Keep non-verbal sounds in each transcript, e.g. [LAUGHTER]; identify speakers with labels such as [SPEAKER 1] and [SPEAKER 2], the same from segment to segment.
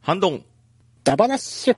[SPEAKER 1] ハンドン。
[SPEAKER 2] ダバナッシュ。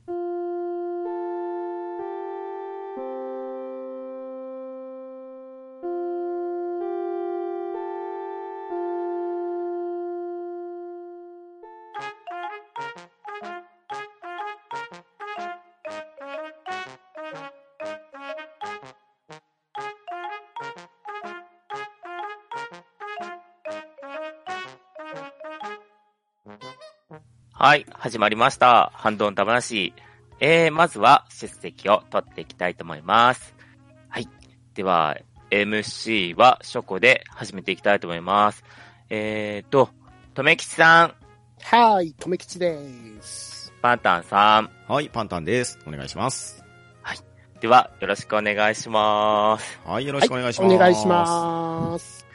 [SPEAKER 3] はい、始まりました。ハンドンダ話。えー、まずは出席を取っていきたいと思います。はい。では、MC はショコで始めていきたいと思います。えーと、とめきちさん、
[SPEAKER 2] はーい、とめきちです。
[SPEAKER 3] パンタンさん、
[SPEAKER 1] はい、パンタンです。お願いします。
[SPEAKER 3] では、よろしくお願いします。
[SPEAKER 1] はい、よろ
[SPEAKER 2] は
[SPEAKER 1] しくお願いします。
[SPEAKER 2] お願いします。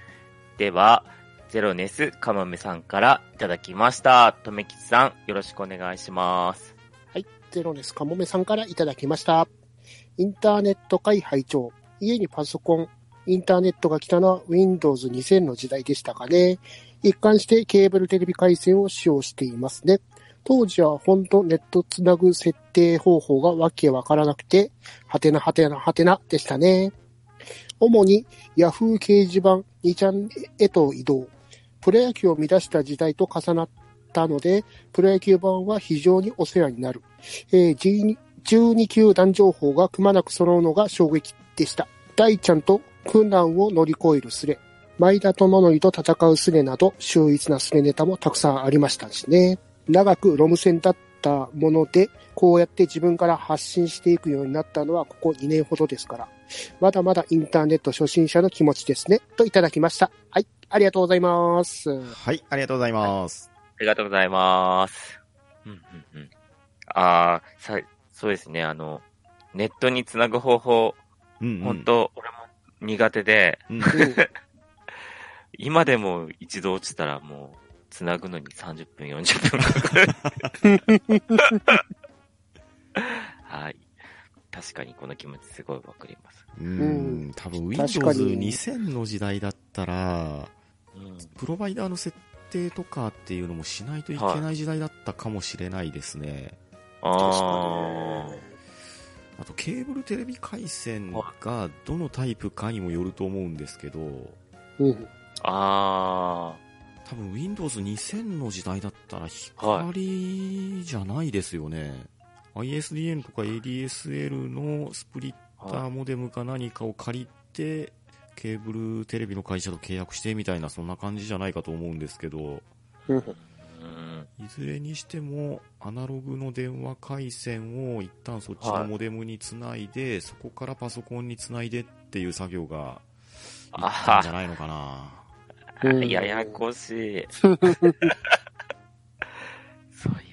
[SPEAKER 3] では、ゼロネスカモメさんからいただきました。とめきちさん、よろしくお願いします。
[SPEAKER 2] ゼロネスかもめさんからいただきました。インターネット界拝聴家にパソコン、インターネットが来たのは Windows 2000の時代でしたかね。一貫してケーブルテレビ回線を使用していますね。当時はほんとネットつなぐ設定方法がわけわからなくて、はてなはてなはてなでしたね。主に Yahoo 掲示板2ちゃんへと移動。プロ野球を乱した時代と重なったので、プロ野球版は非常にお世話になる。えー12、12球団情報がくまなく揃うのが衝撃でした。大ちゃんと苦難を乗り越えるスレ、前田智則と戦うスレなど、秀逸なスレネタもたくさんありましたしね。長くロム戦だったもので、こうやって自分から発信していくようになったのはここ2年ほどですから、まだまだインターネット初心者の気持ちですね、といただきました。はい、ありがとうございます。
[SPEAKER 1] はい、ありがとうございます。
[SPEAKER 3] ありがとうございます。うんうんうん。あー、さ、そうですね、あの、ネットにつなぐ方法、
[SPEAKER 1] うん、うん。
[SPEAKER 3] 本当、俺も苦手で、
[SPEAKER 1] うん。
[SPEAKER 2] うん
[SPEAKER 3] 今でも一度落ちたらもう、つなぐのに30分、40分かか [LAUGHS] る。はい。確かにこの気持ちすごいわかります。
[SPEAKER 1] うん。多分
[SPEAKER 2] 確かに
[SPEAKER 1] Windows2000 の時代だったら、
[SPEAKER 3] うん、
[SPEAKER 1] プロバイダーの設定とかっていうのもしないといけない時代だったかもしれないですね。
[SPEAKER 3] [LAUGHS] あー。
[SPEAKER 1] あと、ケーブルテレビ回線がどのタイプかにもよると思うんですけど、
[SPEAKER 2] うん
[SPEAKER 3] あ
[SPEAKER 1] 多分 Windows2000 の時代だったら光じゃないですよね。ISDN とか ADSL のスプリッ
[SPEAKER 3] ー。
[SPEAKER 1] ターモデムか何かを借りて、ケーブルテレビの会社と契約してみたいな、そんな感じじゃないかと思うんですけど、
[SPEAKER 2] うん
[SPEAKER 3] うん
[SPEAKER 1] いずれにしても、アナログの電話回線を一旦そっちのモデムにつないで、そこからパソコンにつないでっていう作業が、い
[SPEAKER 3] あ
[SPEAKER 1] ったんじゃ
[SPEAKER 3] は
[SPEAKER 1] ないのかな。
[SPEAKER 2] うん
[SPEAKER 3] ややこしい。そう、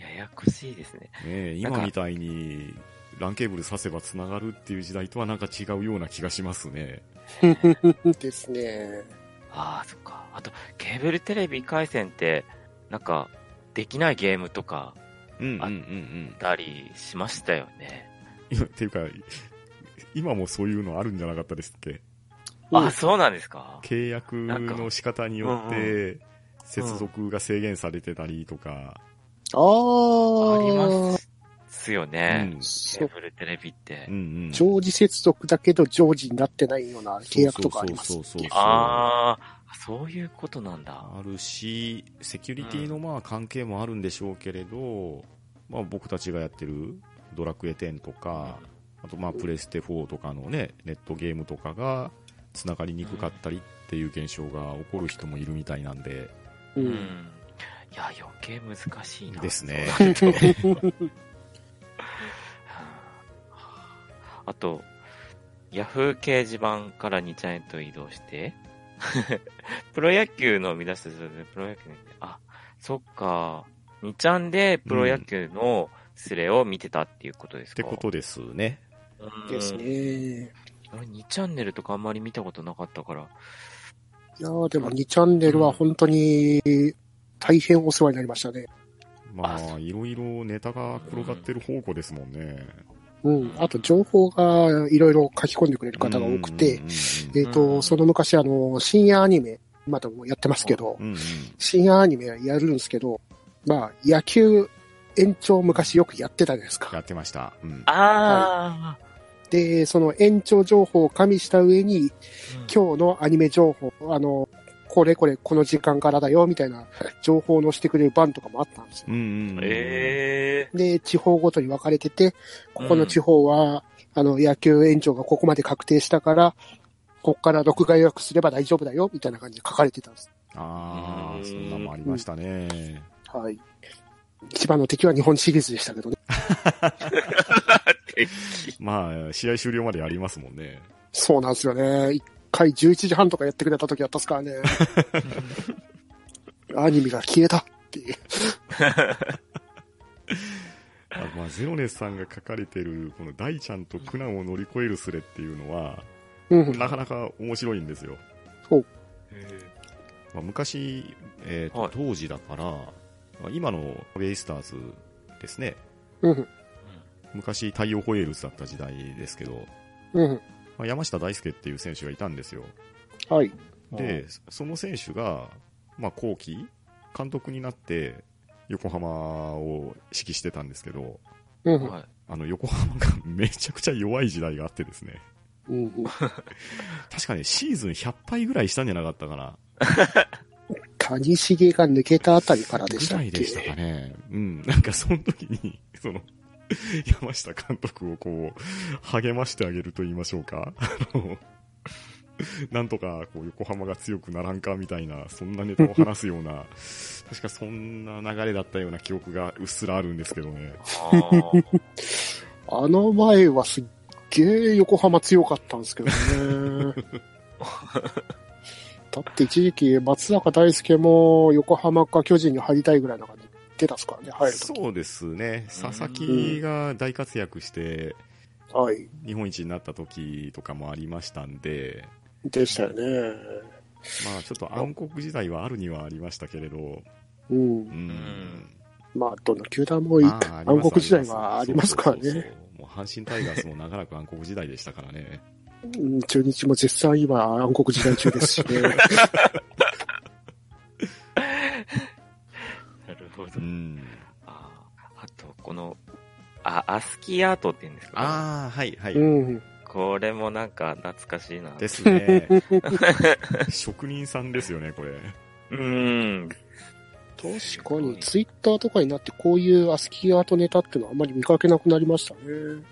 [SPEAKER 3] ややこしいですね。
[SPEAKER 1] ねえ、
[SPEAKER 3] なんか
[SPEAKER 1] 今みたいに、ランケーブル挿せば繋がるっていう時代とはなんか違うような気がしますね。
[SPEAKER 2] ですね。
[SPEAKER 3] ああ、そっか。あと、ケーブルテレビ回線って、なんか、できないゲームとか、
[SPEAKER 1] うん
[SPEAKER 3] うんうん
[SPEAKER 1] ん
[SPEAKER 3] たりしましたよね。
[SPEAKER 1] うん。っていうか、今もそういうのあるんじゃなかったですっけ
[SPEAKER 2] う
[SPEAKER 3] あ、
[SPEAKER 2] ん
[SPEAKER 3] そうなんですか
[SPEAKER 1] 契約の仕方によっ
[SPEAKER 3] な
[SPEAKER 1] て、接続が制限されてたりとか、
[SPEAKER 2] ああ
[SPEAKER 3] ありますよね。
[SPEAKER 2] す
[SPEAKER 3] ケーブルテレビって
[SPEAKER 1] うん。うん。
[SPEAKER 2] 常時接続だけど常時になってないような契約とかあります。
[SPEAKER 1] そうそうそうそう
[SPEAKER 3] ああ、そういうことなんだ。
[SPEAKER 1] あるし、セキュリティのまあ関係もあるんでしょうけれど、まあ僕たちがやってるドラクエ10とか、あとまあプレステ4とかのね、ネットゲームとかが繋がりにくかったりっていう現象が起こる人もいるみたいなんで、
[SPEAKER 2] う
[SPEAKER 3] うんん。いや、余計難しいな。
[SPEAKER 1] ですね
[SPEAKER 3] そうなるとあと、ヤフー掲示板から2チャンへと移動して、 [LAUGHS] プロ野球の見出した人で、プロ野球の、あ、そっか、2チャンでプロ野球のスレを見てたっていうことです
[SPEAKER 1] って
[SPEAKER 3] か、
[SPEAKER 1] ことですね。
[SPEAKER 3] うん
[SPEAKER 2] ですね。
[SPEAKER 3] 俺2チャンネルとかあんまり見たことなかったから。
[SPEAKER 2] いやーでも2チャンネルは本当に大変お世話になりましたね。
[SPEAKER 1] ま
[SPEAKER 3] あ
[SPEAKER 1] あ、
[SPEAKER 3] そ
[SPEAKER 1] いろいろネタが転がってる方向ですもんね。
[SPEAKER 2] うん。あと情報がいろいろ書き込んでくれる方が多くて、えっ、
[SPEAKER 3] う
[SPEAKER 2] と、
[SPEAKER 3] ん
[SPEAKER 2] その昔あの、深夜アニメ、まだもうやってますけど
[SPEAKER 1] う、んうん、うんうん
[SPEAKER 2] 深夜アニメやるんですけど、まあ野球、延長昔よくやってたじゃないです
[SPEAKER 1] や
[SPEAKER 2] か。
[SPEAKER 1] ってました。うん。
[SPEAKER 3] あ
[SPEAKER 2] で、その延長情報を加味した上に、
[SPEAKER 3] ー、うん
[SPEAKER 2] 今日のアニメ情報、あの、これこれこの時間からだよみたい [LAUGHS] な情報を載せてくれる番とかもあったんですよ
[SPEAKER 1] う。んうん。
[SPEAKER 3] え
[SPEAKER 2] で、地方ごとに分かれてて、ここの地方は、あの、野球延長がここまで確定したから、こっから録画予約すれば大丈夫だよ、みたいな感じで書かれてたんです。
[SPEAKER 1] あ
[SPEAKER 3] う
[SPEAKER 1] あ、
[SPEAKER 3] ん
[SPEAKER 1] そんなもんありましたね。
[SPEAKER 2] はい。一番の敵は日本シリーズでしたけどね。
[SPEAKER 1] まあ、試合終了までやりますもんね。
[SPEAKER 2] そうなんですよね。一回11時半とかやってくれた時やったっす [LAUGHS] からね。
[SPEAKER 3] ー。
[SPEAKER 2] アニメが消えたっていう。
[SPEAKER 1] あまあ、ゼロネスさんが書かれてる、この大ちゃんと苦難を乗り越えるスレっていうのは、
[SPEAKER 2] うん。
[SPEAKER 1] なかなか面白いんですよ。まあ、昔、えーと
[SPEAKER 3] はい
[SPEAKER 1] 当時だから、まあ今のベイスターズですね。
[SPEAKER 2] うん。
[SPEAKER 1] 昔、太陽ホエールズだった時代ですけど、
[SPEAKER 2] うん。
[SPEAKER 1] まあ、山下大輔っていう選手がいたんですよ。
[SPEAKER 2] はい。
[SPEAKER 1] で、その選手が、まあ、後期、監督になって、横浜を指揮してたんですけど、
[SPEAKER 2] うん。
[SPEAKER 1] あの、横浜がめちゃくちゃ弱い時代があってですね。
[SPEAKER 2] うん。
[SPEAKER 1] 確かね、シーズン100敗ぐらいしたんじゃなかったかな。
[SPEAKER 2] 谷繁が抜けたあたりからで
[SPEAKER 1] ぐ
[SPEAKER 2] したっ
[SPEAKER 1] ら
[SPEAKER 2] け
[SPEAKER 1] いでしたかね。うん。なんかその時に、その、 [LAUGHS] 山下監督をこう、励ましてあげると言いましょうか。あの、 [LAUGHS] なんとかこう横浜が強くならんかみたいな、そんなネタを話すような、 [LAUGHS] 確かそんな流れだったような記憶がうっすらあるんですけどね。
[SPEAKER 2] あの前はすっげえ横浜強かったんですけ
[SPEAKER 1] [LAUGHS]
[SPEAKER 2] どね。だって一時期松坂大輔も横浜か巨人に入りたいぐらいな感じで言ってたっすからね、入ると
[SPEAKER 1] そうですね。佐々木が大活躍して、
[SPEAKER 2] き。はい。
[SPEAKER 1] 日本一になった時とかもありましたんで、
[SPEAKER 2] でしたよね。
[SPEAKER 1] まあちょっと暗黒時代はあるにはありましたけれど、
[SPEAKER 2] う。
[SPEAKER 1] うんん。
[SPEAKER 2] まあ、どの球団もいい
[SPEAKER 1] まああります
[SPEAKER 2] 暗黒時代はありますから
[SPEAKER 1] そうそうそ
[SPEAKER 2] ね。
[SPEAKER 1] うそうもう阪神タイガースも長らく暗黒時代でしたから
[SPEAKER 2] [LAUGHS]
[SPEAKER 1] ね。
[SPEAKER 2] うん中日も絶賛今暗黒時代中ですし
[SPEAKER 1] [LAUGHS]
[SPEAKER 2] ね。
[SPEAKER 3] なるほど
[SPEAKER 1] う。ん。
[SPEAKER 3] あーあと、この、あ、アスキーアートって言うんですか
[SPEAKER 1] ああ、はい、は
[SPEAKER 2] う
[SPEAKER 1] い。
[SPEAKER 2] ん。
[SPEAKER 3] これもなんか懐かしいな。
[SPEAKER 1] です
[SPEAKER 2] [LAUGHS]
[SPEAKER 1] ね。職人さんですよね、これ。
[SPEAKER 3] うん。
[SPEAKER 2] 確かに、ツイッターとかになってこういうアスキーアートネタっていうのはあんまり見かけなくなりましたね。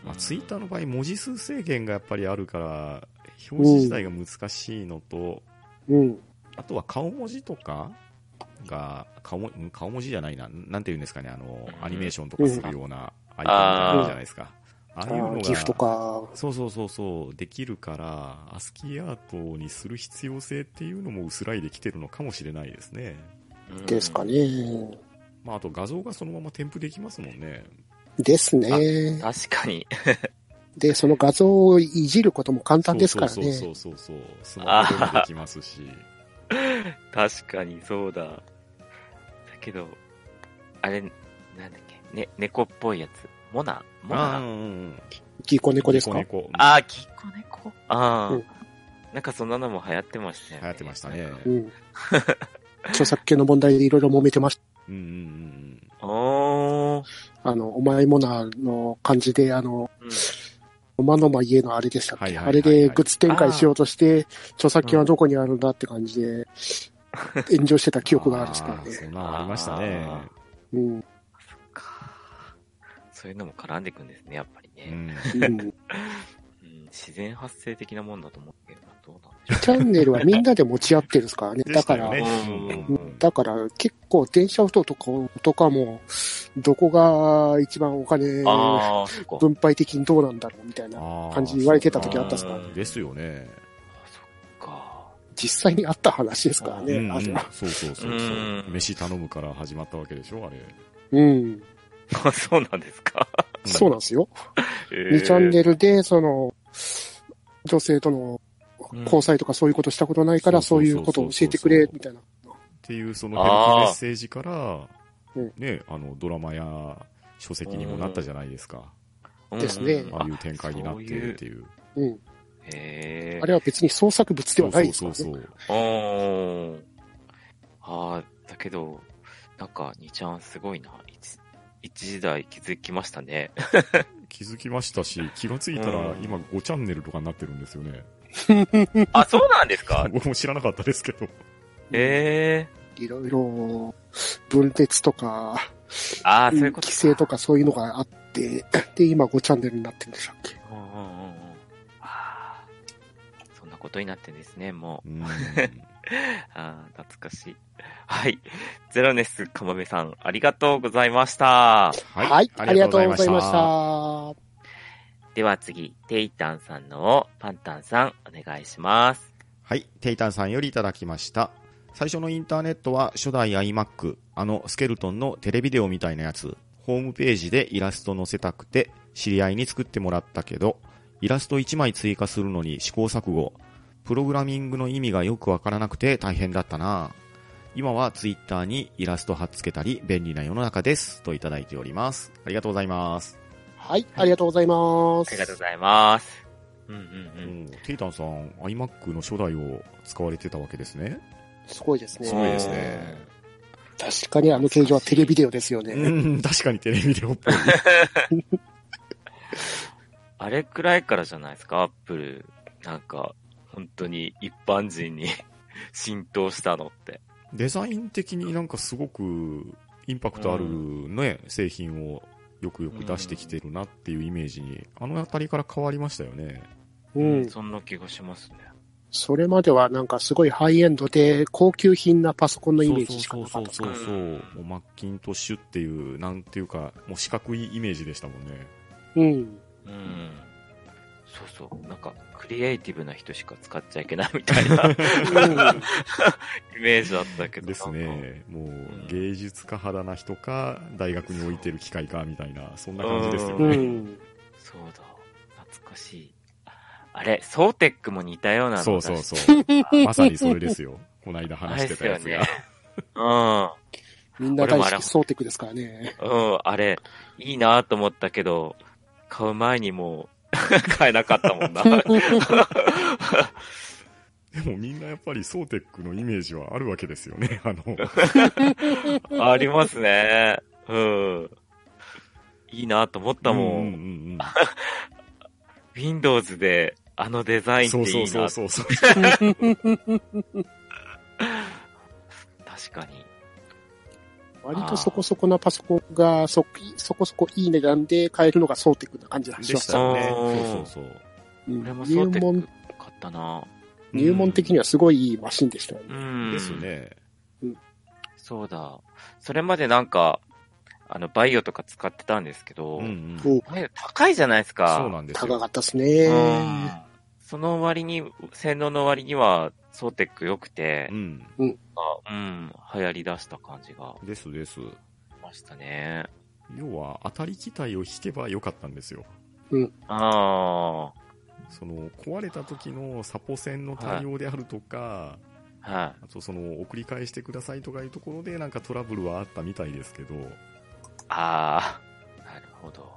[SPEAKER 1] まあ、ツイッターの場合、文字数制限がやっぱりあるから、表示自体が難しいのと、
[SPEAKER 2] うん。
[SPEAKER 1] あとは顔文字とかが、顔もん顔文字じゃないな、なんて言うんですかね、あの、アニメーションとかするようなアイコンとかあるじゃないですか。ああいうの
[SPEAKER 2] あ
[SPEAKER 1] が
[SPEAKER 2] ーギフとか。
[SPEAKER 1] そうそうそうそう、できるから、アスキーアートにする必要性っていうのも薄らいできてるのかもしれないですね。
[SPEAKER 3] うん
[SPEAKER 2] ですか。ね。
[SPEAKER 1] まあ、あと画像がそのまま添付できますもんね。
[SPEAKER 2] ですね。
[SPEAKER 3] 確かに。 [LAUGHS]
[SPEAKER 2] で、その画像をいじることも簡単ですから
[SPEAKER 1] そうそう
[SPEAKER 2] ね。
[SPEAKER 1] そうそうそう。スマホでもできますし。
[SPEAKER 3] 確かに、そうだ。だけど、あれ、なんだっけ、ね、猫っぽいやつ。モナモ
[SPEAKER 1] ああ、うん
[SPEAKER 3] ナ
[SPEAKER 1] うん。
[SPEAKER 2] ギコネコですか
[SPEAKER 1] 猫猫
[SPEAKER 3] ああ、キッコ猫ああ、
[SPEAKER 2] うん
[SPEAKER 3] なんかそんなのも流行ってましたよ、ね。
[SPEAKER 1] 流行ってましたね。
[SPEAKER 2] うん。著作権の問題でいろいろ揉めてました。
[SPEAKER 1] うんうんうん
[SPEAKER 3] おー。
[SPEAKER 2] あの、お前もなの感じで、あの、
[SPEAKER 3] うん
[SPEAKER 2] おまのま家のあれでしたっけ、
[SPEAKER 1] はいはいはいはい
[SPEAKER 2] あれでグッズ展開しようとして、著作権はどこにあるんだって感じで、炎上してた記憶があるんで
[SPEAKER 1] [LAUGHS]
[SPEAKER 2] すから
[SPEAKER 1] あー
[SPEAKER 2] ね。
[SPEAKER 1] そんなのありましたね。
[SPEAKER 3] あ
[SPEAKER 2] うん。
[SPEAKER 3] そっか。そういうのも絡んでいくんですね、やっぱり
[SPEAKER 1] う
[SPEAKER 3] ね。
[SPEAKER 1] ん。
[SPEAKER 2] うん
[SPEAKER 3] うん自然発生的なもんだと思うけどな、どうなんでしょ
[SPEAKER 2] チャンネルはみんなで持ち合ってるんですからね。
[SPEAKER 1] で
[SPEAKER 2] だ
[SPEAKER 1] した
[SPEAKER 2] から
[SPEAKER 1] よ、ね
[SPEAKER 3] うん
[SPEAKER 1] うん
[SPEAKER 2] だから結構電車音とかとかも、どこが一番お金
[SPEAKER 3] う。ああ、そっか。
[SPEAKER 2] 分配的にどうなんだろうみたいな
[SPEAKER 1] あー
[SPEAKER 2] 感じ言われてた時あったっす
[SPEAKER 3] か
[SPEAKER 1] ですよね。
[SPEAKER 3] そっか。
[SPEAKER 2] 実際にあった話ですからね、
[SPEAKER 1] うんうん
[SPEAKER 2] あれは。
[SPEAKER 1] そうそうそうそうう。
[SPEAKER 3] ん
[SPEAKER 1] 飯頼むから始まったわけでしょ、あれ。
[SPEAKER 2] うん。
[SPEAKER 3] あ [LAUGHS] そうなんですか。
[SPEAKER 2] そうなんですよ。
[SPEAKER 3] 2
[SPEAKER 2] 2チャンネルで、その、女性との交際とかそういうことしたことないか
[SPEAKER 1] う
[SPEAKER 2] ら、
[SPEAKER 1] んそ
[SPEAKER 2] そうう
[SPEAKER 1] そう
[SPEAKER 2] い
[SPEAKER 1] そう
[SPEAKER 2] う
[SPEAKER 1] そう
[SPEAKER 2] ことを教えてくれ、みたいな。
[SPEAKER 1] っていうそのヘルプメッセージから
[SPEAKER 2] うん、
[SPEAKER 1] ね、あのドラマや書籍にもなったじゃないですか、
[SPEAKER 2] ですねうん
[SPEAKER 1] ああいう展開になってるっていう。
[SPEAKER 2] うん。
[SPEAKER 3] へえ。
[SPEAKER 2] あれは別に創作物ではないですか
[SPEAKER 1] そうそ
[SPEAKER 2] らね。
[SPEAKER 1] うそう。
[SPEAKER 3] おーああ、だけど、なんか、2ちゃんすごいな。いち一時代気づきました
[SPEAKER 2] [LAUGHS]
[SPEAKER 3] ね。
[SPEAKER 1] 気づきましたし、気がついたら今5チャンネルとかになってるんですよね。
[SPEAKER 3] あ、そうなんですか
[SPEAKER 1] 僕も知らなかったですけど。
[SPEAKER 3] え
[SPEAKER 2] いろいろ、分裂とか、
[SPEAKER 3] えああ、そういうこと
[SPEAKER 2] 規制とかそういうのがあって、 [LAUGHS] で、今5チャンネルになってるんでしたっけ
[SPEAKER 3] うんうんうんうんあーそんなことになってんですね、もう。
[SPEAKER 2] [LAUGHS]
[SPEAKER 1] うん。
[SPEAKER 3] あー懐かしい。 [LAUGHS] はい。ゼロネスかもめさん、ありがとうございました。
[SPEAKER 1] は
[SPEAKER 2] ありがとうございまし。た。
[SPEAKER 3] では次、テイタンさんのをパンタンさん、お願いします。
[SPEAKER 1] はい、テイタンさんよりいただきました。最初のインターネットは初代 iMac、あのスケルトンのテレビデオみたいなやつ。ホームページでイラスト載せたくて、知り合いに作ってもらったけど、イラスト1枚追加するのに試行錯誤。プログラミングの意味がよくわからなくて大変だったな今は Twitter にイラスト貼っつけたり便利な世の中です。といただいております。ありがとうございます。
[SPEAKER 2] はい、ありがとうございま
[SPEAKER 3] あ
[SPEAKER 2] す。
[SPEAKER 3] りがとうございます。うんうんうん。
[SPEAKER 1] うんテイタンさん、iMac の初代を使われてたわけですね。
[SPEAKER 2] すごいですね。
[SPEAKER 4] すごいですね。
[SPEAKER 2] 確かにあの形状はテレビデオですよね。
[SPEAKER 1] うん、確かにテレビデオっぽい。
[SPEAKER 3] あれくらいからじゃないですか、アップル。なんか、本当に一般人に [LAUGHS] 浸透したのって。
[SPEAKER 1] デザイン的になんかすごくインパクトあるね、製品をよくよく出してきてるなっていうイメージに、あの辺りから変わりましたよね。
[SPEAKER 2] うん。
[SPEAKER 3] そんな気がしますね。
[SPEAKER 2] それまではなんかすごいハイエンドで高級品なパソコンのイメージしか
[SPEAKER 1] そ
[SPEAKER 2] な
[SPEAKER 1] う
[SPEAKER 2] か
[SPEAKER 1] そ
[SPEAKER 2] っ
[SPEAKER 1] う
[SPEAKER 2] た。
[SPEAKER 1] そうそう。もうマッキントッシュっていう、なんていうか、もう四角いイメージでしたもんね。
[SPEAKER 2] うん。
[SPEAKER 3] うん。そうそう。なんか、クリエイティブな人しか使っちゃいけないみたいな [LAUGHS] イメージだったけど。
[SPEAKER 1] ですね。も
[SPEAKER 3] ん
[SPEAKER 1] う芸術家肌な人か、大学に置いてる機械かみたいな、そんな感じですよ
[SPEAKER 2] う
[SPEAKER 1] ね。
[SPEAKER 2] ん。
[SPEAKER 3] なんか。そうだ。懐かしい。あれ、ソーテックも似たようなの
[SPEAKER 1] そう
[SPEAKER 3] 出
[SPEAKER 1] そう
[SPEAKER 3] し
[SPEAKER 1] そう。まさにそれですよ。この間
[SPEAKER 3] あ
[SPEAKER 1] 話し
[SPEAKER 3] れで
[SPEAKER 1] て
[SPEAKER 3] す
[SPEAKER 1] たや
[SPEAKER 3] よ
[SPEAKER 1] つ
[SPEAKER 3] ね
[SPEAKER 1] が。。
[SPEAKER 3] うん。
[SPEAKER 2] [LAUGHS] みんな大好きソーテクですか
[SPEAKER 3] [LAUGHS]
[SPEAKER 2] らね。
[SPEAKER 3] うん、あれ、いいなと思ったけど、買う前にもう、 [LAUGHS] 買えなかったもん
[SPEAKER 1] [LAUGHS]
[SPEAKER 3] な。
[SPEAKER 1] でもみんなやっぱりソーテックのイメージはあるわけですよね。あの、
[SPEAKER 3] ありますね。うん。いいなと思った
[SPEAKER 1] うん
[SPEAKER 3] もん。
[SPEAKER 1] うんうん
[SPEAKER 3] Windows で、あのデザインってい
[SPEAKER 1] そ
[SPEAKER 3] いうな。
[SPEAKER 1] そうそうそうそう。
[SPEAKER 3] 確かに。
[SPEAKER 2] 割とそこそこなパソコンがそ、そこそこいい値段で買えるのがソーテクな感じがしました。
[SPEAKER 3] ね
[SPEAKER 1] そうそうそう。
[SPEAKER 2] うん
[SPEAKER 3] 俺もソ
[SPEAKER 2] 入
[SPEAKER 3] ーテッ
[SPEAKER 2] 門
[SPEAKER 3] ク、買ったな。
[SPEAKER 2] 入門的にはすごいいいマシンでしたよね。
[SPEAKER 3] うん。
[SPEAKER 1] です。ね。
[SPEAKER 3] そうだ。それまでなんか、あの、バイオとか使ってたんですけど、
[SPEAKER 1] うんうん
[SPEAKER 2] お
[SPEAKER 3] バイオ高いじゃないですか。
[SPEAKER 1] そうなんです
[SPEAKER 2] 高か
[SPEAKER 1] よ。
[SPEAKER 2] ったです
[SPEAKER 3] うん
[SPEAKER 2] ね。
[SPEAKER 3] その割に、性能の割には、ソーテック良くて
[SPEAKER 1] う、ん。
[SPEAKER 3] うん、流行り出した感じが
[SPEAKER 1] ですです。
[SPEAKER 3] しましたね。
[SPEAKER 1] 要は、当たり機体を引けばよかったんですよ。
[SPEAKER 3] あ
[SPEAKER 1] その、壊れた時のサポ線の対応であるとか、
[SPEAKER 3] あ、は
[SPEAKER 1] あとその、送り返してくださいとかいうところで、なんかトラブルはあったみたいですけど、
[SPEAKER 3] い。ああ、なる
[SPEAKER 1] [LAUGHS]
[SPEAKER 3] ほど。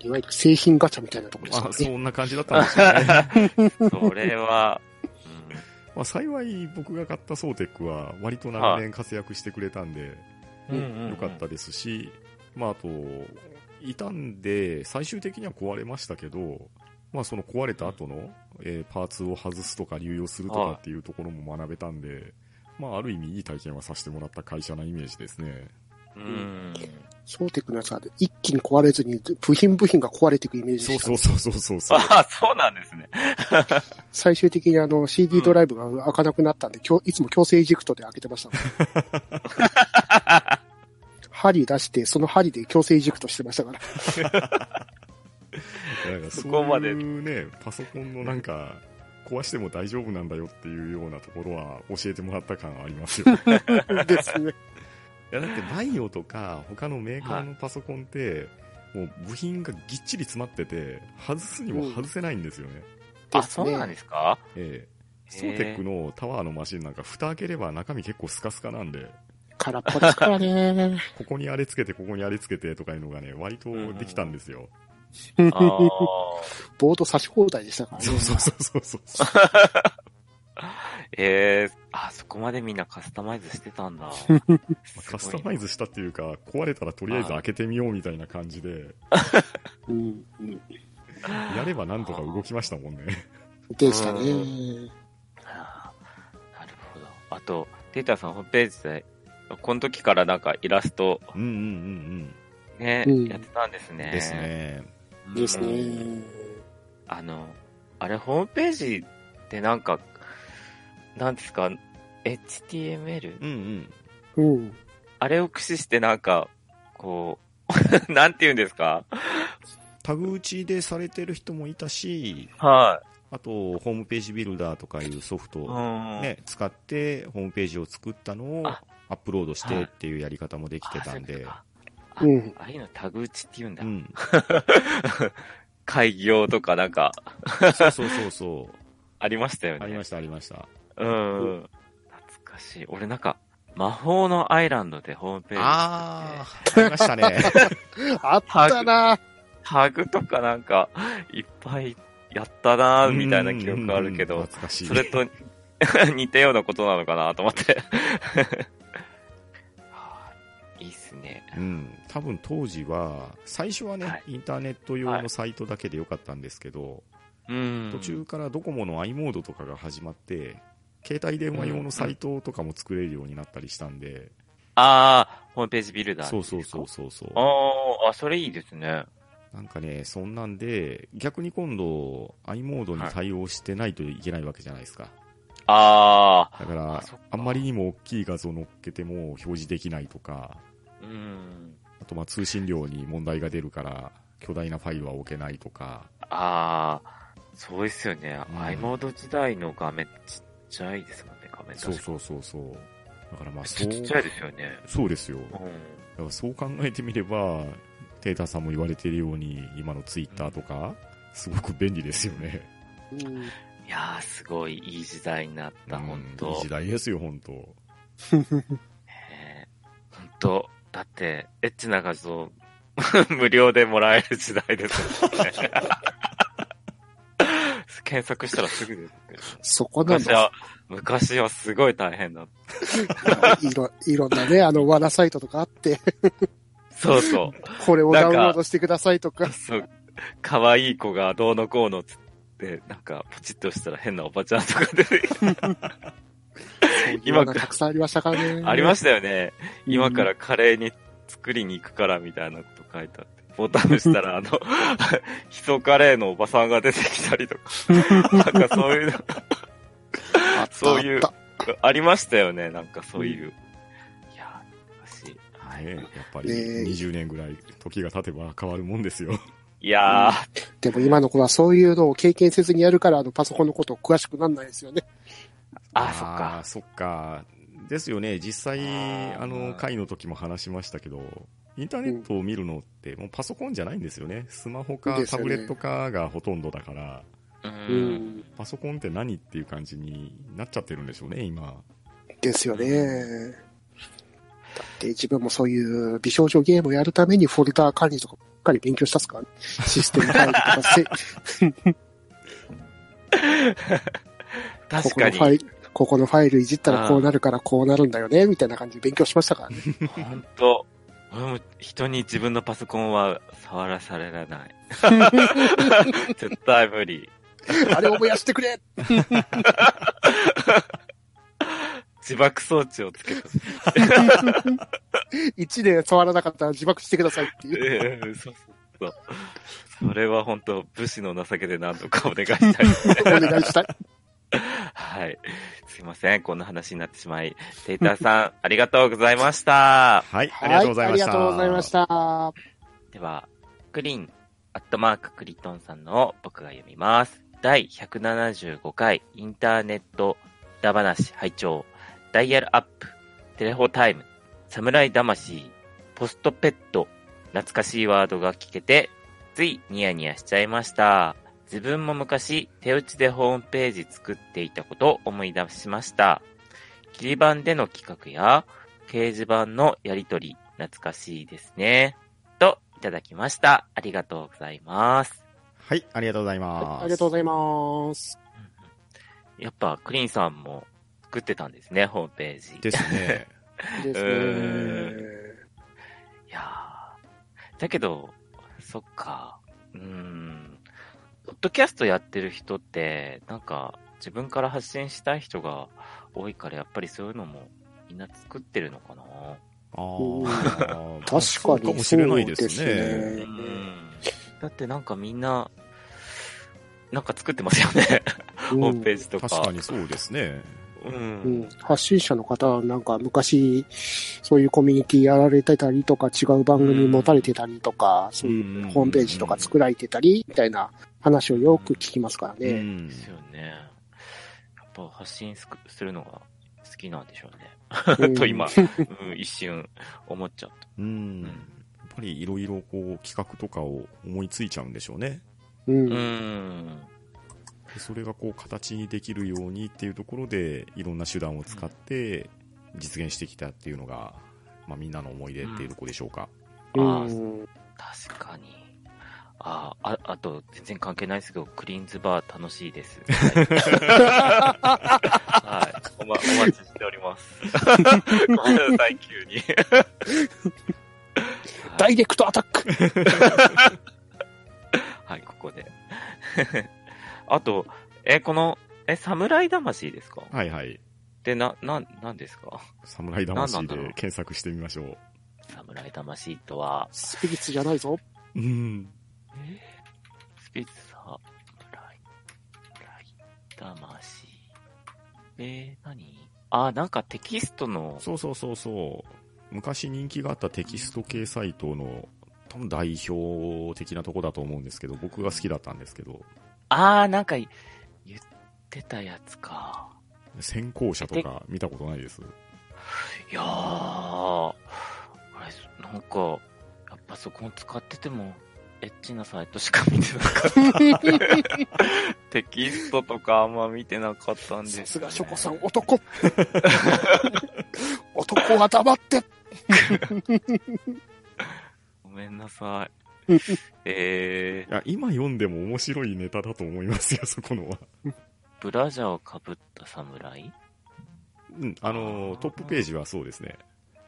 [SPEAKER 2] いわゆる製品ガチャみたいなところですか
[SPEAKER 1] まあ、
[SPEAKER 2] らね。
[SPEAKER 1] そんな感じだったんですよ
[SPEAKER 3] [LAUGHS]
[SPEAKER 1] ね。
[SPEAKER 3] それは、
[SPEAKER 1] まあ、幸い僕が買ったソーテックは割と長年活躍してくれたんで、
[SPEAKER 3] う
[SPEAKER 2] うん
[SPEAKER 3] ん。
[SPEAKER 1] 良かったですし、まあ、あと、傷んで、最終的には壊れましたけど、まあ、その壊れた後の、えーパーツを外すとか流用するとかっていうところも学べたんで、まあ、ある意味いい体験はさせてもらった会社なイメージですね。
[SPEAKER 3] うん。
[SPEAKER 2] ソーテクのやつは一気に壊れずに部品部品が壊れていくイメージでし
[SPEAKER 1] そ
[SPEAKER 2] た
[SPEAKER 1] うそうそうそうそうそう。
[SPEAKER 3] ああ、そうなんですね。
[SPEAKER 2] 最終的にあの CD ドライブが開かなくなったんで、きょいつも強制エジクトで開けてましたもん。針出して、その針で強制エジクトしてましたから。
[SPEAKER 1] なんか
[SPEAKER 3] そこまで
[SPEAKER 1] そういうね、パソコンのなんか、壊しても大丈夫なんだよっていうようなところは教えてもらった感ありますよ。
[SPEAKER 2] ですね。
[SPEAKER 1] いやだってバイオとか他のメーカーのパソコンって、もう部品がぎっちり詰まってて、外すにも外せないんですよね。
[SPEAKER 3] あ、そうなんですか
[SPEAKER 1] ええソーテックのタワーのマシンなんか蓋開ければ中身結構スカスカなんで、
[SPEAKER 2] 空っぽですからね。
[SPEAKER 1] ここにあれつけてここにあれつけてとかいうのがね、割とできたんですよ。
[SPEAKER 3] ああ。
[SPEAKER 2] ボード差し放題でしたからね。
[SPEAKER 1] [LAUGHS] そうそうそうそうそう。
[SPEAKER 3] えー、あ、そこまでみんなカスタマイズしてたん
[SPEAKER 1] [LAUGHS]
[SPEAKER 3] だ。
[SPEAKER 1] カスタマイ
[SPEAKER 3] ズ
[SPEAKER 1] ズしたっていうか、壊れたらとりあえず開けてみようみたいな感じで、
[SPEAKER 2] うんうん、
[SPEAKER 1] やればなんとか動きましたもん [LAUGHS] ね。
[SPEAKER 2] でしたね。
[SPEAKER 3] あーなるほど。あと、テータさんホームページで、この時からなんかイラスト
[SPEAKER 1] うんうんうん
[SPEAKER 3] ね、
[SPEAKER 2] うん
[SPEAKER 3] やってたんです
[SPEAKER 1] う
[SPEAKER 3] ね。
[SPEAKER 1] ん。です。ね。
[SPEAKER 2] です
[SPEAKER 3] うん
[SPEAKER 2] ね。
[SPEAKER 3] あの、あれ、ホームページってなんか、なんですか、HTML?
[SPEAKER 1] うんうん。
[SPEAKER 2] うん。
[SPEAKER 3] あれを駆使してなんか、こう、 [LAUGHS] なんて言うんですか
[SPEAKER 1] タグ打ちでされてる人もいたし、
[SPEAKER 3] は
[SPEAKER 1] あと、ホームページビルダーとかいうソフト
[SPEAKER 3] い。
[SPEAKER 1] を
[SPEAKER 3] ん
[SPEAKER 1] ね、使ってホームページを作ったのを
[SPEAKER 3] あ
[SPEAKER 1] アップロードしてっていうやり方もできてたん
[SPEAKER 3] あそういう
[SPEAKER 1] で
[SPEAKER 3] こ、とかあ
[SPEAKER 2] うん
[SPEAKER 3] ああいうのタグ打ちって言うんだ。
[SPEAKER 1] うん、
[SPEAKER 3] 開業とかなんか、
[SPEAKER 1] そうそうそうそう、
[SPEAKER 3] [LAUGHS] ありましたよね。
[SPEAKER 1] ありました、ありました。
[SPEAKER 3] うん。懐かしい。俺なんか、魔法のアイランドでホームページ
[SPEAKER 1] あ
[SPEAKER 3] 作って
[SPEAKER 1] あ、ありま
[SPEAKER 3] [LAUGHS]
[SPEAKER 1] したね。
[SPEAKER 2] あったな。
[SPEAKER 3] タグとかなんか、いっぱいやったなーみたいな記憶あるけ
[SPEAKER 1] うんうんうん
[SPEAKER 3] ど、
[SPEAKER 1] 懐かしい。
[SPEAKER 3] それと [LAUGHS] 似たようなことなのかなと思って。
[SPEAKER 1] [LAUGHS]
[SPEAKER 3] はいいいっすね。
[SPEAKER 1] うん、多分当時は、最初はね、
[SPEAKER 3] はい
[SPEAKER 1] インターネット用のサイトだけでよかったんですけど、
[SPEAKER 3] うん。
[SPEAKER 1] 途中からドコモの i モードとかが始まって、携帯電話用のサイトとかも作れるようになったりしたんで、
[SPEAKER 3] ああ、ホームページビルダー
[SPEAKER 1] そう
[SPEAKER 3] です
[SPEAKER 1] そ
[SPEAKER 3] か。
[SPEAKER 1] うそうそうそう。
[SPEAKER 3] あーあ、それいいですね。
[SPEAKER 1] なんかね、そんなんで、逆に今度、i モードに対応してないといけないわけじゃないですか。
[SPEAKER 3] ああ、
[SPEAKER 1] だから
[SPEAKER 3] あそっか、
[SPEAKER 1] あんまりにも大きい画像乗っけても表示できないとか、
[SPEAKER 3] うん。
[SPEAKER 1] あとまあ通信量に問題が出るから、巨大なファイルは置けないとか、
[SPEAKER 3] ああ、そうですよね。
[SPEAKER 1] うん
[SPEAKER 3] i モード時代の画面ちっちゃいですもんね、画面
[SPEAKER 1] そう
[SPEAKER 3] 確か
[SPEAKER 1] そうそうそう。だからまあそ
[SPEAKER 3] ち
[SPEAKER 1] う、
[SPEAKER 3] っちゃいですよね。
[SPEAKER 1] そうですよ。
[SPEAKER 3] う
[SPEAKER 1] だか
[SPEAKER 3] ん。
[SPEAKER 1] らそう考えてみれば、テータさんも言われてるように、今のツイッターとか、すごく便利ですよね。
[SPEAKER 2] うん
[SPEAKER 3] いやー、すごいいい時代になった、
[SPEAKER 1] う
[SPEAKER 3] 本
[SPEAKER 1] んいい
[SPEAKER 3] 当
[SPEAKER 1] 時代ですよ、本当
[SPEAKER 3] ね本当だって、エッチな画像、 [LAUGHS] 無料でもらえる時代ですもんね。 [LAUGHS] 検索したらすぐですね。
[SPEAKER 2] そこなん
[SPEAKER 3] 昔
[SPEAKER 2] だ。
[SPEAKER 3] は、昔はすごい大変だった。
[SPEAKER 2] [LAUGHS] いろいろんなね、あの、わらサイトとかあって、
[SPEAKER 3] そうそう。
[SPEAKER 2] これをダウンロードしてくださいとか。
[SPEAKER 3] そう、可愛い子がどうのこうのっつって、なんか、ポチッと押したら変なおばちゃんとか出てきて、今か
[SPEAKER 2] たくさんありましたからね。
[SPEAKER 3] ありま
[SPEAKER 2] し
[SPEAKER 3] したよね。今からカレーに作りに行くからみたいなこと書いてあって。ボタン押したら、あの、 [LAUGHS] ヒソカレーのおばさんが出てきたりと [LAUGHS] か、なんかそういうの、
[SPEAKER 2] た
[SPEAKER 3] そういう
[SPEAKER 2] あった
[SPEAKER 3] ありましたよね、なんかそういう。いやー、懐かしい。は
[SPEAKER 1] ね
[SPEAKER 3] い。
[SPEAKER 1] やっぱり
[SPEAKER 2] ねえ
[SPEAKER 1] 20年ぐらい時が経てば変わるもんですよ。
[SPEAKER 3] いやー、
[SPEAKER 2] でも今の子はそういうのを経験せずにやるから、あの、パソコンのこと詳しくなんないですよね。
[SPEAKER 3] あ、そっか
[SPEAKER 1] ー。そっか。ですよね、実際、
[SPEAKER 3] あー
[SPEAKER 1] あの、会の時も話しましたけど、インターネットを見るのって、もうパソコンじゃないんですよね。スマホか
[SPEAKER 2] です
[SPEAKER 1] タ
[SPEAKER 2] よ
[SPEAKER 1] ブ
[SPEAKER 2] ね
[SPEAKER 1] レットかがほとんどだから、
[SPEAKER 3] う。
[SPEAKER 2] うんん。
[SPEAKER 1] パソコンって何っていう感じになっちゃってるんでしょうね、今。
[SPEAKER 2] ですよね。だって自分もそういう美少女ゲームをやるためにフォルダー管理とかばっかり勉強したっすから、ね、システム管理とか
[SPEAKER 1] [LAUGHS]
[SPEAKER 2] せ、
[SPEAKER 3] 確
[SPEAKER 2] ここの
[SPEAKER 3] か
[SPEAKER 2] フ
[SPEAKER 3] に。
[SPEAKER 2] ァイル、ここのファイルいじったらこうなるからこうなるんだよね、みたいな感じで勉強しましたからね。
[SPEAKER 3] 本当俺も人に自分のパソコンは触らされない。絶対無理。
[SPEAKER 2] あれを燃やしてくれ
[SPEAKER 3] 自爆装置をつけた。
[SPEAKER 2] 一年触らなかったら自爆してくださいっていう。
[SPEAKER 3] うんそうそうそう。それは本当武士の情けで何とかお願いしたい。
[SPEAKER 2] [LAUGHS] お願いしたい。
[SPEAKER 3] はい。すいません。こんな話になってしまい。テイターさん、ありがとうございました。
[SPEAKER 1] はい、 [LAUGHS] ありがとうございました。
[SPEAKER 2] はいありがとうございました。
[SPEAKER 3] では、クリーン、アットマーククリトンさんのを僕が読みます。第175回インターネット裏話拝聴ダイヤルアップ、テレホタイム、侍魂、ポストペット、懐かしいワードが聞けて、ついニヤニヤしちゃいました。自分も昔、手打ちでホームページ作っていたことを思い出しました。切り板での企画や、掲示板のやりとり、懐かしいですね。と、いただきました。ありがとうございます。
[SPEAKER 1] はい、ありがとうございます。
[SPEAKER 2] ありがとうございます。
[SPEAKER 3] やっぱ、クリーンさんも作ってたんですね、ホームページ。
[SPEAKER 1] ですね。
[SPEAKER 2] ですね。
[SPEAKER 3] いやーだけど、そっか。うーん。ポッドキャストやってる人って、なんか、自分から発信したい人が多いから、やっぱりそういうのもみんな作ってるのかな。
[SPEAKER 1] あ
[SPEAKER 2] [LAUGHS] うん
[SPEAKER 1] あ、
[SPEAKER 2] 確かに
[SPEAKER 1] そうかもしれないです
[SPEAKER 2] そうです
[SPEAKER 1] ね。
[SPEAKER 2] ね
[SPEAKER 3] うん。だってなんかみんな、なんか作ってますよね。
[SPEAKER 2] うん
[SPEAKER 3] ホームページとか。
[SPEAKER 1] 確かにそうですね。
[SPEAKER 3] うん。
[SPEAKER 2] うん、発信者の方なんか昔、そういうコミュニティやられてたりとか、違う番組持たれてたりとか、そういうホームページとか作られてたり、みたいな話をよく聞きますから
[SPEAKER 1] う
[SPEAKER 2] ね。
[SPEAKER 1] ん
[SPEAKER 3] ですよね。やっぱ発信すくするのが好きなんでしょうね。
[SPEAKER 2] うん
[SPEAKER 3] [LAUGHS] と今、うん、一瞬思っちゃった。
[SPEAKER 1] うん。やっぱりいろいろこう企画とかを思いついちゃうんでしょうね。
[SPEAKER 2] う。
[SPEAKER 3] うんん。
[SPEAKER 1] でそれがこう形にできるようにっていうところで、いろんな手段を使って実現してきたっていうのが、まあみんなの思い出っていうところでしょうか。
[SPEAKER 3] う
[SPEAKER 2] うんん。
[SPEAKER 3] 確かに。ああ、あと、全然関係ないですけど、クリーンズバー楽しいです。はい。お,、ま、お待ちしております。ごめんなさい、急に。
[SPEAKER 2] ダイレクトアタック
[SPEAKER 3] はい、ここで。あと、え、この、え、侍魂ですか
[SPEAKER 1] はいはい。
[SPEAKER 3] で、な、な、なんですか
[SPEAKER 1] 侍
[SPEAKER 3] 何
[SPEAKER 1] 魂
[SPEAKER 3] な
[SPEAKER 1] で
[SPEAKER 3] んだろう
[SPEAKER 1] 検索してみましょう。
[SPEAKER 3] 侍魂とは、
[SPEAKER 2] スピリッツじゃないぞ。
[SPEAKER 1] うん。
[SPEAKER 3] スピッツァ、侍、侍、魂。えー、何あ、なんかテキストの、
[SPEAKER 1] そうそうそうそう。昔人気があったテキスト系サイトの多分代表的なとこだと思うんですけど、僕が好きだったんですけど、
[SPEAKER 3] あー、なんか言ってたやつか。
[SPEAKER 1] 先行者とか見たことないです。
[SPEAKER 3] いやー、あれ、なんか、やっぱそこ使ってても、エッチなサイトしか見てなかった。
[SPEAKER 2] [LAUGHS]
[SPEAKER 3] テキストとかあんま見てなかったんです、
[SPEAKER 2] さすがショコさん、男男は黙って
[SPEAKER 3] ごめんなさ
[SPEAKER 2] う
[SPEAKER 3] い
[SPEAKER 2] ん。
[SPEAKER 3] え
[SPEAKER 1] いや、今読んでも面白いネタだと思いますよ、 [LAUGHS] そこのは。
[SPEAKER 3] ー、ブラジャーをかぶった侍
[SPEAKER 1] うん、あの、トップページはそうですね。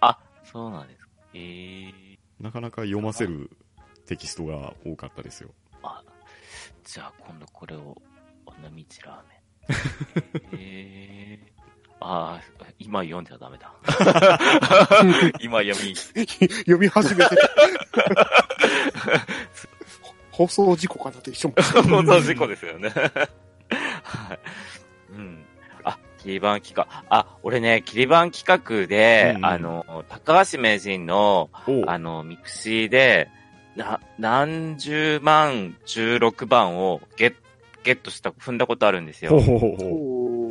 [SPEAKER 3] あ、そうなんですか。えー、
[SPEAKER 1] なかなか読ませるテキストが多かったですよ。
[SPEAKER 3] あ、じゃあ今度これを、女道ラ
[SPEAKER 1] [LAUGHS]
[SPEAKER 3] ーメン。えー、あー、今読んじゃダ
[SPEAKER 1] [LAUGHS]
[SPEAKER 3] メだ。今読み、
[SPEAKER 2] 読み
[SPEAKER 3] [LAUGHS]
[SPEAKER 2] 始めて放送事故かなと一緒も。
[SPEAKER 3] 本当事故ですよね。 [LAUGHS] はい。うん。あ、切り板企画。あ、俺ね、切り板企画で、
[SPEAKER 1] うんうん
[SPEAKER 3] あの、高橋名人の、
[SPEAKER 1] お
[SPEAKER 3] あの、ミクシーで、な、何十万16番をゲッゲットした、踏んだことあるんです
[SPEAKER 1] ほう
[SPEAKER 3] よ。
[SPEAKER 1] ほうほう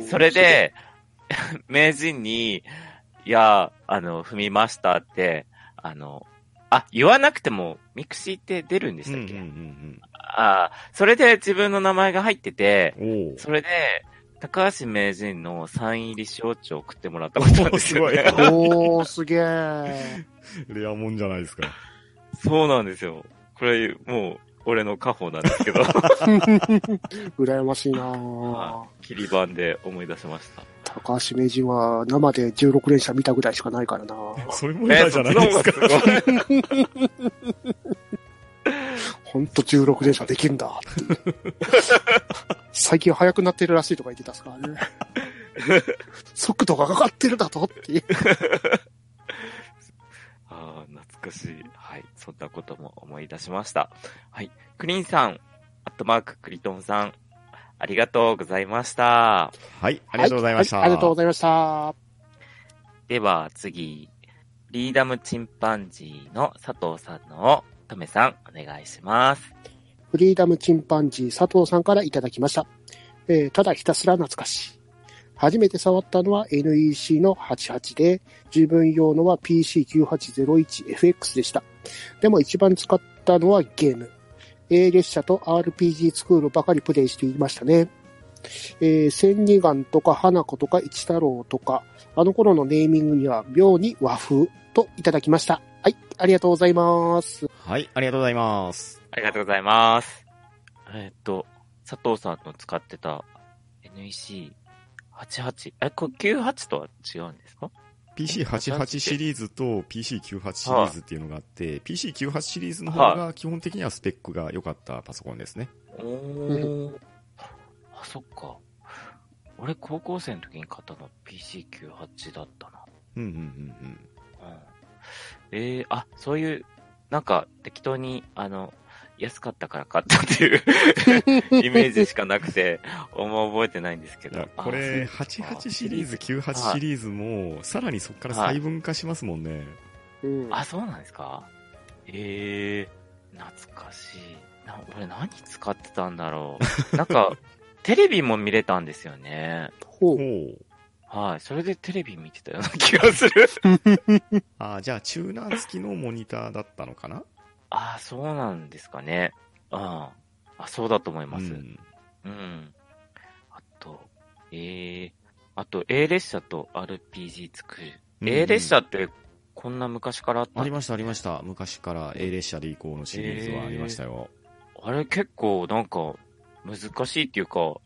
[SPEAKER 1] ほ
[SPEAKER 2] そ
[SPEAKER 3] それ、で、 [LAUGHS] 名人に、いや、あの、踏みましたって、あの、あ、言わなくても、ミクシーって出るんで
[SPEAKER 1] う。う
[SPEAKER 3] し
[SPEAKER 1] んう
[SPEAKER 3] た
[SPEAKER 1] ん
[SPEAKER 3] っけ、
[SPEAKER 1] うん
[SPEAKER 3] ああ、それで自分の名前が入ってて、
[SPEAKER 1] うん。おう
[SPEAKER 3] それで、高橋名人のサイン入り塩茶を送ってもらったことなんですよ、ね。
[SPEAKER 2] おー、すげえ。
[SPEAKER 1] レアもんじゃない [LAUGHS] ですか。
[SPEAKER 3] [LAUGHS] そうなんですよ。これ、もう、俺の家宝なんですけど、
[SPEAKER 2] [LAUGHS] 羨ましいなぁ
[SPEAKER 3] は切り板で思い出し
[SPEAKER 1] [LAUGHS]
[SPEAKER 3] ました。
[SPEAKER 2] 高橋名人は生で16連射見たぐらいしかないからなぁ
[SPEAKER 1] それもレアじゃないですか。
[SPEAKER 3] えそっちの方がす [LAUGHS] ごい
[SPEAKER 2] ほんと16連射できるん
[SPEAKER 1] [LAUGHS]
[SPEAKER 2] だっていう。最近速くなってるらしいとか言ってたっすからね。
[SPEAKER 1] [LAUGHS]
[SPEAKER 2] 速度が上がってるだとっていう。
[SPEAKER 3] ああ、懐かしい。はい。そんなことも思い出しました。はい。クリンさん、アットマーククリトンさん、ありがとうございました。
[SPEAKER 1] はい、ありがとうございました。
[SPEAKER 2] はありがとうございました。
[SPEAKER 3] では次、フリーダムチンパンジーの佐藤さんのを、とめさん、お願いします。
[SPEAKER 2] フリーダムチンパンジー佐藤さんからいただきました。えーただひたすら懐かしい。初めて触ったのは NEC の88で、自分用のは PC9801FX でした。でも一番使ったのはゲーム。A 列車と RPG スクールばかりプレイしていましたね。えー千里眼とか花子とか一太郎とか、あの頃のネーミングには妙に和風といただきました。はい、ありがとうございます。
[SPEAKER 1] はい、ありがとうございます。
[SPEAKER 3] ありがとうございます。えーっと、佐藤さんの使ってた NEC88 88。え、これ98とは違うんですか
[SPEAKER 1] PC88 シリーズと PC98 シリーズっていうのがあって、PC98 シリーズの方が基本的にはスペックが良かったパソコンですね。
[SPEAKER 3] おー。あ、そっか。俺、高校生の時に買ったの PC98 だったな。
[SPEAKER 1] うんうんうんうん。
[SPEAKER 3] うん。えー、あ、そういう、なんか、適当に、あの、安かったから買ったっていう [LAUGHS] イメージしかなくて、あんま覚えてないんですけ
[SPEAKER 1] い
[SPEAKER 3] ど
[SPEAKER 1] や。これ、
[SPEAKER 3] あそうか
[SPEAKER 1] 88シリーズ、98シリーズも、さらにそこから細分化しますもんね。
[SPEAKER 2] うん。
[SPEAKER 3] あ、そうなんですかええ懐かしい。な、俺何使ってたんだろう。なん [LAUGHS] か、テレビも見れたんですよね。
[SPEAKER 2] ほ
[SPEAKER 1] ほ
[SPEAKER 2] う。
[SPEAKER 1] う。
[SPEAKER 3] はい。それでテレビ見てたような気が
[SPEAKER 1] [LAUGHS]
[SPEAKER 3] する。
[SPEAKER 1] あーじゃあ、チューナー付きのモニターだったのかな
[SPEAKER 3] あ、そうなんですかね。ああ、そうだと思います。う。
[SPEAKER 1] うんん
[SPEAKER 3] あと、ええあと A 列車と RPG 作る。
[SPEAKER 1] うん
[SPEAKER 3] A 列車ってこんな昔からあった
[SPEAKER 1] ありました、ありました。昔から A 列車で以降のシリーズはありましたよ。
[SPEAKER 3] あれ結構なんか難しいっていうか、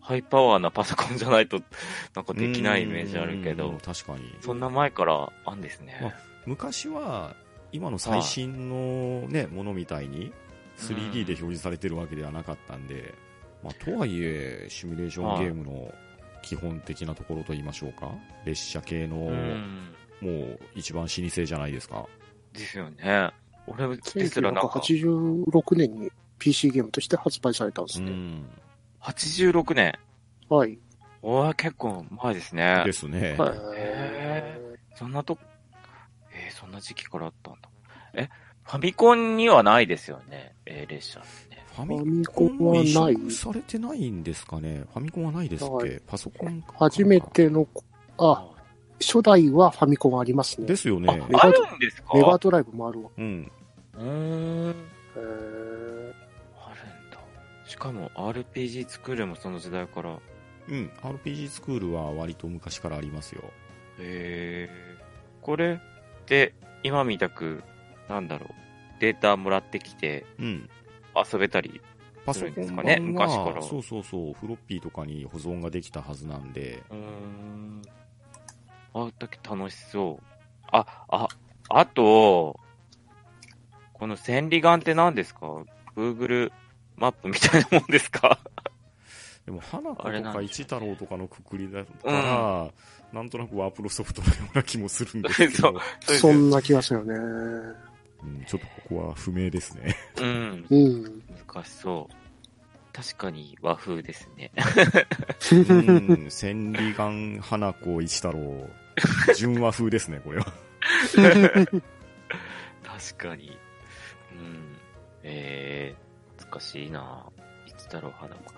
[SPEAKER 3] ハイパワーなパソコンじゃないと [LAUGHS] なんかできないイメージあるけ
[SPEAKER 1] うんうんう
[SPEAKER 3] ど
[SPEAKER 1] ん、確かに。
[SPEAKER 3] そんな前からあんですね。
[SPEAKER 1] 昔は、今の最新のね、ものみたいに、3D で表示されてるわけではなかったんで、まあ、とはいえ、シミュレーションゲームの基本的なところと言いましょうか。列車系の、
[SPEAKER 3] うん。
[SPEAKER 1] もう一番老舗じゃないですか。
[SPEAKER 3] ですよね。俺ですらなんか
[SPEAKER 2] 1986年に PC ゲームとして発売されたんです
[SPEAKER 1] う
[SPEAKER 2] ね。
[SPEAKER 1] ん。
[SPEAKER 3] 86年。
[SPEAKER 2] はい。
[SPEAKER 3] おー結構前ですね
[SPEAKER 1] で。すね。
[SPEAKER 2] はい
[SPEAKER 3] へそんなと、えーそんな時期からあったんだ。え、ファミコンにはないですよね。A 列車ってね。
[SPEAKER 1] ファ
[SPEAKER 2] ファ
[SPEAKER 1] ミ
[SPEAKER 2] ミ
[SPEAKER 1] コ
[SPEAKER 2] コ
[SPEAKER 1] ン
[SPEAKER 2] ン
[SPEAKER 1] も移
[SPEAKER 2] はない。
[SPEAKER 1] 植されてないんですかね。ファミコンはないですっ
[SPEAKER 2] は
[SPEAKER 1] けパソコンか
[SPEAKER 2] 初め。ての、あ、
[SPEAKER 3] あ
[SPEAKER 2] 初代はファミコンはありますね
[SPEAKER 1] で。すよね。
[SPEAKER 2] あ
[SPEAKER 3] あるんですか
[SPEAKER 2] メガドライブもあるわ。
[SPEAKER 1] うん。
[SPEAKER 3] うーん。
[SPEAKER 2] へー
[SPEAKER 3] あるんだ。しかも RPG 作るもその時代から。
[SPEAKER 1] うん。RPG スクールは割と昔からありますよ。
[SPEAKER 3] へえ。これって、今みたく、なんだろう、データもらってきて
[SPEAKER 1] うん。
[SPEAKER 3] 遊べたり。
[SPEAKER 1] パソコン版は、
[SPEAKER 3] そうですかね昔から
[SPEAKER 1] そうそうそう、フロッピーとかに保存ができたはずなんで、
[SPEAKER 3] うーん。あ、だけ楽しそう。あ、あ、あと、この千里眼って何ですか ?Google マップみたいなもんですか
[SPEAKER 1] でも、花子
[SPEAKER 3] あれ
[SPEAKER 1] と
[SPEAKER 3] なん
[SPEAKER 1] か
[SPEAKER 3] で
[SPEAKER 1] 一
[SPEAKER 3] すよね
[SPEAKER 1] 太郎とかのくくりだったら、なんとなくワープロソフトのような気もするんですけ
[SPEAKER 3] そ
[SPEAKER 1] ど、
[SPEAKER 3] う
[SPEAKER 2] そんな気がするよね。
[SPEAKER 1] うん、ちょっとここは不明ですね。
[SPEAKER 3] うん。
[SPEAKER 2] うん。
[SPEAKER 3] 難しそう。確かに和風ですね。 [LAUGHS]
[SPEAKER 1] うん、千里眼、花子、一太郎、純和風ですね、これ [LAUGHS] は。
[SPEAKER 3] 確かに。うん。えー、難しいな一太郎花子。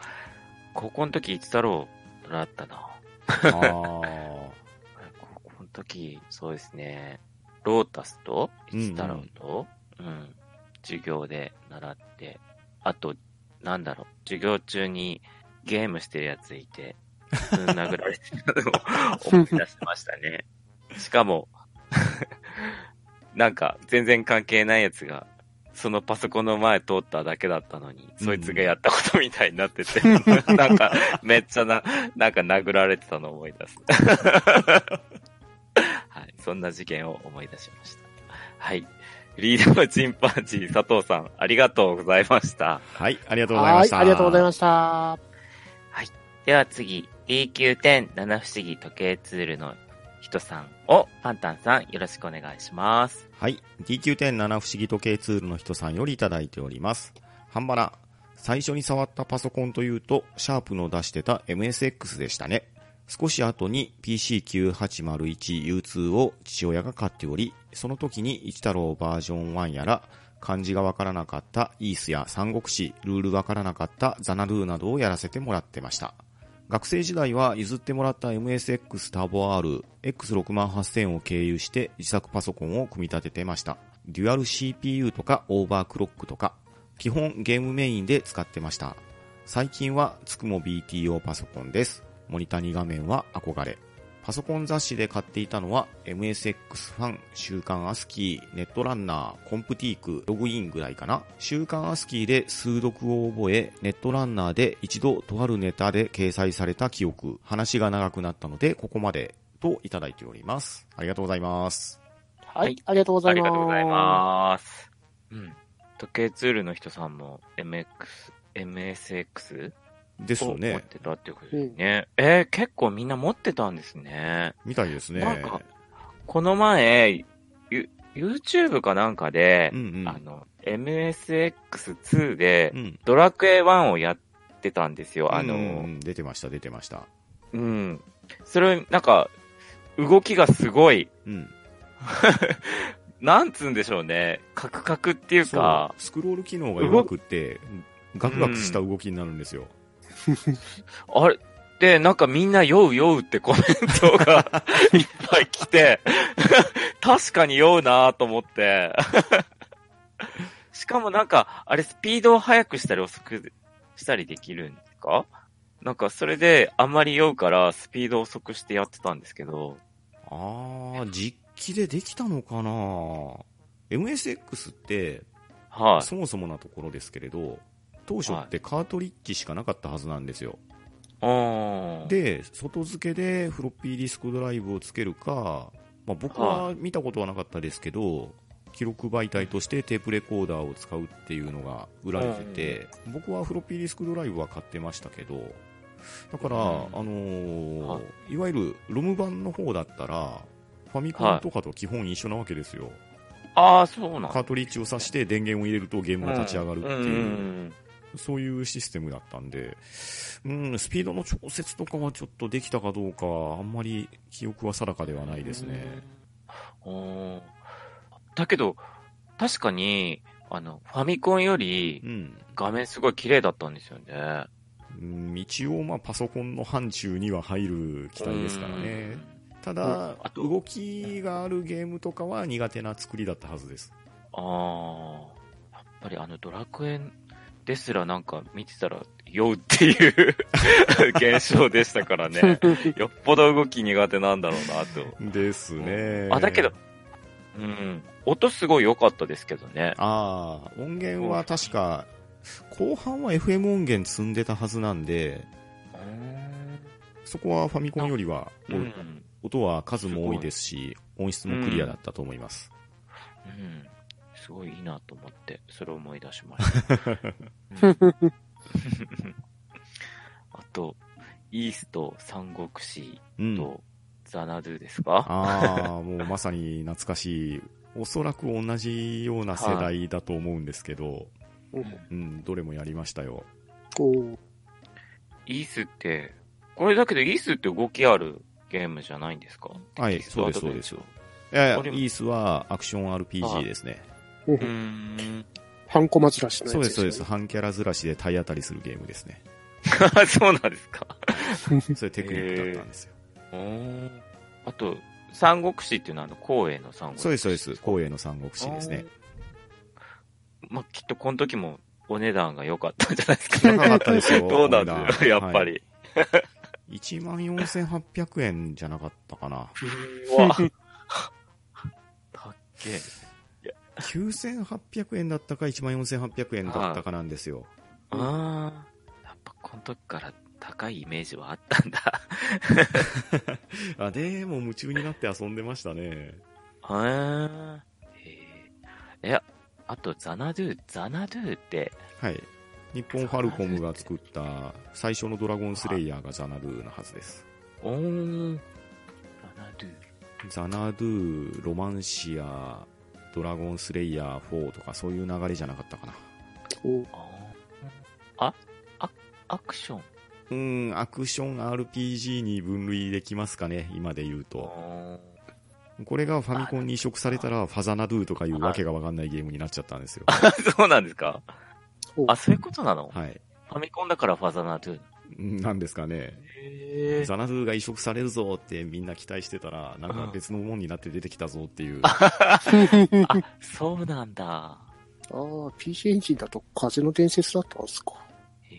[SPEAKER 3] 高校の時一太郎だったな
[SPEAKER 1] ああ。
[SPEAKER 3] 高校の時、そうですね。ロータスと一太郎と、うん、授業で習って、あと、なんだろう、授業中にゲームしてるやついて、普通に殴られてたのを思い出しましたね。しかも、なんか全然関係ないやつが、そのパソコンの前通っただけだったのに、そいつがやったことみたいになってて、なんか、めっちゃな、なんか殴られてたのを思い出す。 [LAUGHS] はい。そんな事件を思い出しました。はい。リードのチンパンジー佐藤さん、ありがとうございました。
[SPEAKER 1] はい、ありがとうござい
[SPEAKER 2] [LAUGHS] は
[SPEAKER 1] ま
[SPEAKER 2] い
[SPEAKER 1] し、た。
[SPEAKER 2] ありがとうござい
[SPEAKER 1] ま
[SPEAKER 2] ました。
[SPEAKER 3] では次、DQ10 七不思議時計ツールの人さんを、パンタンさん、よろしくお願いします。
[SPEAKER 1] す。はい、DQ.7 不思議時計ツールの人さんよりいただいております。ハンバラ、最初に触ったパソコンというと、シャープの出してた MSX でしたね。少し後に PC9801U2 を父親が買っており、その時に一太郎バージョン1やら、漢字がわからなかったイースや三国志、ルールわからなかったザナルーなどをやらせてもらってました。学生時代は譲ってもらった MSX ターボ R、X68000 を経由して自作パソコンを組み立ててました。デュアル CPU とかオーバークロックとか、基本ゲームメインで使ってました。最近はつくも BTO パソコンです。モニターに画面は憧れ。パソコン雑誌で買っていたのは MSX ファン、週刊アスキー、ネットランナー、コンプティーク、ログインぐらいかな。週刊アスキーで数読を覚え、ネットランナーで一度とあるネタで掲載された記憶、話が長くなったのでここまでといただいております。ありがとうございます。
[SPEAKER 2] は
[SPEAKER 3] はいい、
[SPEAKER 2] ありがとうござ
[SPEAKER 3] あ
[SPEAKER 2] い
[SPEAKER 3] り
[SPEAKER 2] ます。
[SPEAKER 3] がとうございます。うん。時計ツールの人さんも MX、MSX
[SPEAKER 1] ですよ
[SPEAKER 3] を持っ
[SPEAKER 1] ね。
[SPEAKER 3] てたっていうことですね。えー結構みんな持ってたんですね。
[SPEAKER 1] みたいですね。
[SPEAKER 3] なんかこの前、ユ YouTube かなんかで
[SPEAKER 1] う、んうん。
[SPEAKER 3] あの、MSX2 で
[SPEAKER 1] う、ん。
[SPEAKER 3] ドラクエ1をやってたんですよ。あの、
[SPEAKER 1] うんうん、出てました、出てました。
[SPEAKER 3] うん。それ、なんか、動きがすごい、
[SPEAKER 1] うん。
[SPEAKER 3] なんつうんでしょうね。カクカクっていうか、
[SPEAKER 1] そうスクロール機能が弱くって、ガクガクした動きになるんですよ。
[SPEAKER 3] あれで、なんかみんな酔う酔うってコメン
[SPEAKER 1] [LAUGHS]
[SPEAKER 3] トがいっぱい来て、 [LAUGHS] 確かに酔うなと思って。 [LAUGHS] しかもなんか、あれスピードを速くしたり遅くしたりできるんですかなんかそれであんまり酔うからスピードを遅くしてやってたんですけど、
[SPEAKER 1] あー、実機でできたのかな ?MSX って、
[SPEAKER 3] はい。
[SPEAKER 1] そもそもなところですけれど、当初ってカートリッジしかなかったはずなんですよ。
[SPEAKER 3] うん、
[SPEAKER 1] で、外付けでフロッピーディスクドライブをつけるか、まあ、僕は見たことはなかったですけど、記録媒体としてテープレコーダーを使うっていうのが売られてて、僕はフロッピーディスクドライブは買ってましたけど、だから、
[SPEAKER 3] うん
[SPEAKER 1] あのー、
[SPEAKER 3] はい
[SPEAKER 1] わゆるロム版の方だったら、ファミコンとかと基本一緒なわけですよ。
[SPEAKER 3] ああ、そうなん
[SPEAKER 1] カートリッジを挿して電源を入れるとゲームが立ち上がるって
[SPEAKER 3] んん
[SPEAKER 1] いう。
[SPEAKER 3] ん
[SPEAKER 1] そういうシステムだったんで、うん、スピードの調節とかはちょっとできたかどうか、あんまり記憶は定かではないですね。
[SPEAKER 3] うん。うんだけど、確かに、あの、ファミコンより
[SPEAKER 1] うん。
[SPEAKER 3] 画面すごい綺麗だったんですよね。
[SPEAKER 1] うん一応、まあ、パソコンの範疇には入る機体ですからね。ただ、
[SPEAKER 3] あと
[SPEAKER 1] 動きがあるゲームとかは苦手な作りだったはずです。
[SPEAKER 3] うん。ああ。やっぱりあのドラクエですらなんか見てたら酔うっていう [LAUGHS] 現象でしたか
[SPEAKER 1] [LAUGHS]
[SPEAKER 3] らね。よっぽど動き苦手なんだろうなと。
[SPEAKER 1] ですね。
[SPEAKER 3] あ、だけど、うん。音すごい良かったですけどね。
[SPEAKER 1] ああ、音源は確か、後半は FM 音源積んでたはずなんで、
[SPEAKER 3] うん。
[SPEAKER 1] そこはファミコンよりは、
[SPEAKER 3] うん。
[SPEAKER 1] 音は数も多いですし、音質もクリアだったと思います。
[SPEAKER 3] うん。すごいいいなと思って、それを思い出しました。あと、イースト三国志
[SPEAKER 1] うん。
[SPEAKER 3] とザナドゥですか、
[SPEAKER 1] ああ、もうまさに懐かしい。おそらく同じような世代だと思うんですけど、
[SPEAKER 2] うん
[SPEAKER 1] うん、どれもやりましたよ。
[SPEAKER 2] おー
[SPEAKER 3] イースって、これだけどイースって動きあるゲームじゃないんですか
[SPEAKER 1] はい、
[SPEAKER 3] テキス
[SPEAKER 1] そ
[SPEAKER 3] ト
[SPEAKER 1] う
[SPEAKER 3] ア
[SPEAKER 1] で
[SPEAKER 3] ド
[SPEAKER 1] す、そ
[SPEAKER 3] ベン
[SPEAKER 1] う
[SPEAKER 3] チャー
[SPEAKER 1] です。いやい
[SPEAKER 3] あ
[SPEAKER 1] や、
[SPEAKER 3] れも
[SPEAKER 1] イースはアクション RPG ですね。
[SPEAKER 3] うーん。
[SPEAKER 2] ハンコマずらしの
[SPEAKER 1] そう
[SPEAKER 2] や
[SPEAKER 1] で
[SPEAKER 2] つ
[SPEAKER 1] す、そうです。
[SPEAKER 2] よね。
[SPEAKER 1] 半キャラずらしで体当たりするゲームですね。
[SPEAKER 3] [LAUGHS] そうなんですか
[SPEAKER 1] それテクニックだったんですよ。
[SPEAKER 3] おーあと、三国志っていうのはあの、光栄の三国志。
[SPEAKER 1] そうです、そうです。光栄の三国志ですね。
[SPEAKER 3] あー。まあ、きっとこの時もお値段が良かったんじゃないです
[SPEAKER 1] 高 [LAUGHS]
[SPEAKER 3] か。
[SPEAKER 1] かったですよ。
[SPEAKER 3] どうなん
[SPEAKER 1] この
[SPEAKER 3] だ
[SPEAKER 1] 間
[SPEAKER 3] よ、やっぱ。り。
[SPEAKER 1] 1万4800円じゃなかったかな。
[SPEAKER 3] う
[SPEAKER 1] [LAUGHS]
[SPEAKER 3] わ。たっけ。
[SPEAKER 1] 9800円だったか1万4800円だったかなんですよ。
[SPEAKER 3] ああ。やっぱこの時から高いイメージはあったんだ。
[SPEAKER 1] [LAUGHS] あ、でも夢中になって遊んでましたね。
[SPEAKER 3] あえー、え、あとザナドゥ、ザナドゥって、
[SPEAKER 1] はい。日本ファルコムが作った最初のドラゴンスレイヤーがザナドゥなはずです。
[SPEAKER 3] おー、ザナドゥ。
[SPEAKER 1] ザナドゥ、ロマンシア、ドラゴンスレイヤー4とかそういう流れじゃなかったかな。
[SPEAKER 2] おー
[SPEAKER 3] あーあ、あ、アクション。
[SPEAKER 1] うーん、アクション RPG に分類できますかね、今で言うと。
[SPEAKER 3] あ
[SPEAKER 1] これがファミコンに移植されたら、ファザナドゥとかいうわけがわかんないゲームになっちゃったん [LAUGHS] ですよ。
[SPEAKER 3] ー [LAUGHS] そうなんですか
[SPEAKER 2] お
[SPEAKER 3] あ、そういうことなの
[SPEAKER 1] はい。
[SPEAKER 3] ファミコンだからファザナドゥ。
[SPEAKER 1] うんなんですかね。
[SPEAKER 3] へ
[SPEAKER 1] ザナドゥが移植されるぞってみんな期待してたら、なんか別のもんになって出てきたぞっていう。
[SPEAKER 3] あ、そうなんだ。
[SPEAKER 2] あー、PC エンジンだと風の伝説だったんですか。
[SPEAKER 3] へ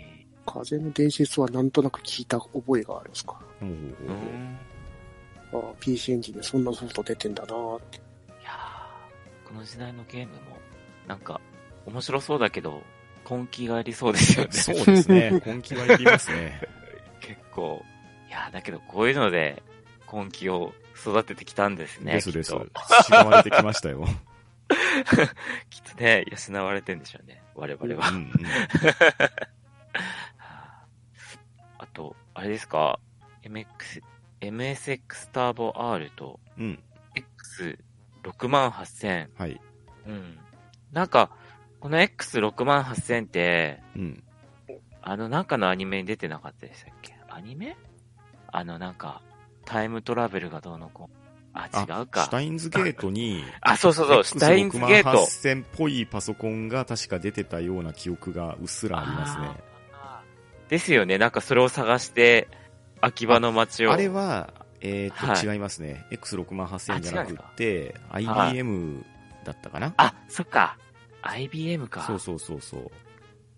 [SPEAKER 3] ー
[SPEAKER 2] 風の伝説はなんとなく聞いた覚えがあるんですか。
[SPEAKER 1] ほうほうほうほう
[SPEAKER 2] ああ PC エンジンでそんなソフト出てんだなーって。
[SPEAKER 3] いやーこの時代のゲームも、なんか、面白そうだけど、根気がありそうですよね。
[SPEAKER 1] そうですね。根気はいりますね。
[SPEAKER 3] 結構。いやーだけどこういうので、根気を育ててきたんです [LAUGHS] ね。
[SPEAKER 1] ですです
[SPEAKER 3] きっと。
[SPEAKER 1] しがまれてきましたよ。
[SPEAKER 3] きっとね、養われてんでしょうね。我々は。
[SPEAKER 1] うんうん
[SPEAKER 3] あと、あれですか ?MX、MSX ターボ R と
[SPEAKER 1] うん。
[SPEAKER 3] X68000。
[SPEAKER 1] はい。
[SPEAKER 3] うん。なんか、この X68000 って、
[SPEAKER 1] うん。
[SPEAKER 3] あの、なんかのアニメに出てなかったでしたっけアニメあの、なんか、タイムトラベルがどうのこう。あ、違う
[SPEAKER 1] シュタ
[SPEAKER 3] か。
[SPEAKER 1] インズゲートに、
[SPEAKER 3] あ、そうそうそう、シュタインズゲート。
[SPEAKER 1] 8000っぽいパソコンが確か出てたような記憶がうっすらありますね。
[SPEAKER 3] あーですよね。なんかそれを探して、秋葉の街を。
[SPEAKER 1] あれは、えーと、
[SPEAKER 3] は
[SPEAKER 1] 違いますね。X68000 じゃなく
[SPEAKER 3] あ
[SPEAKER 1] て、
[SPEAKER 3] か
[SPEAKER 1] IBM だったかな、
[SPEAKER 3] あ、そっか。IBM か。
[SPEAKER 1] そうそうそうそう。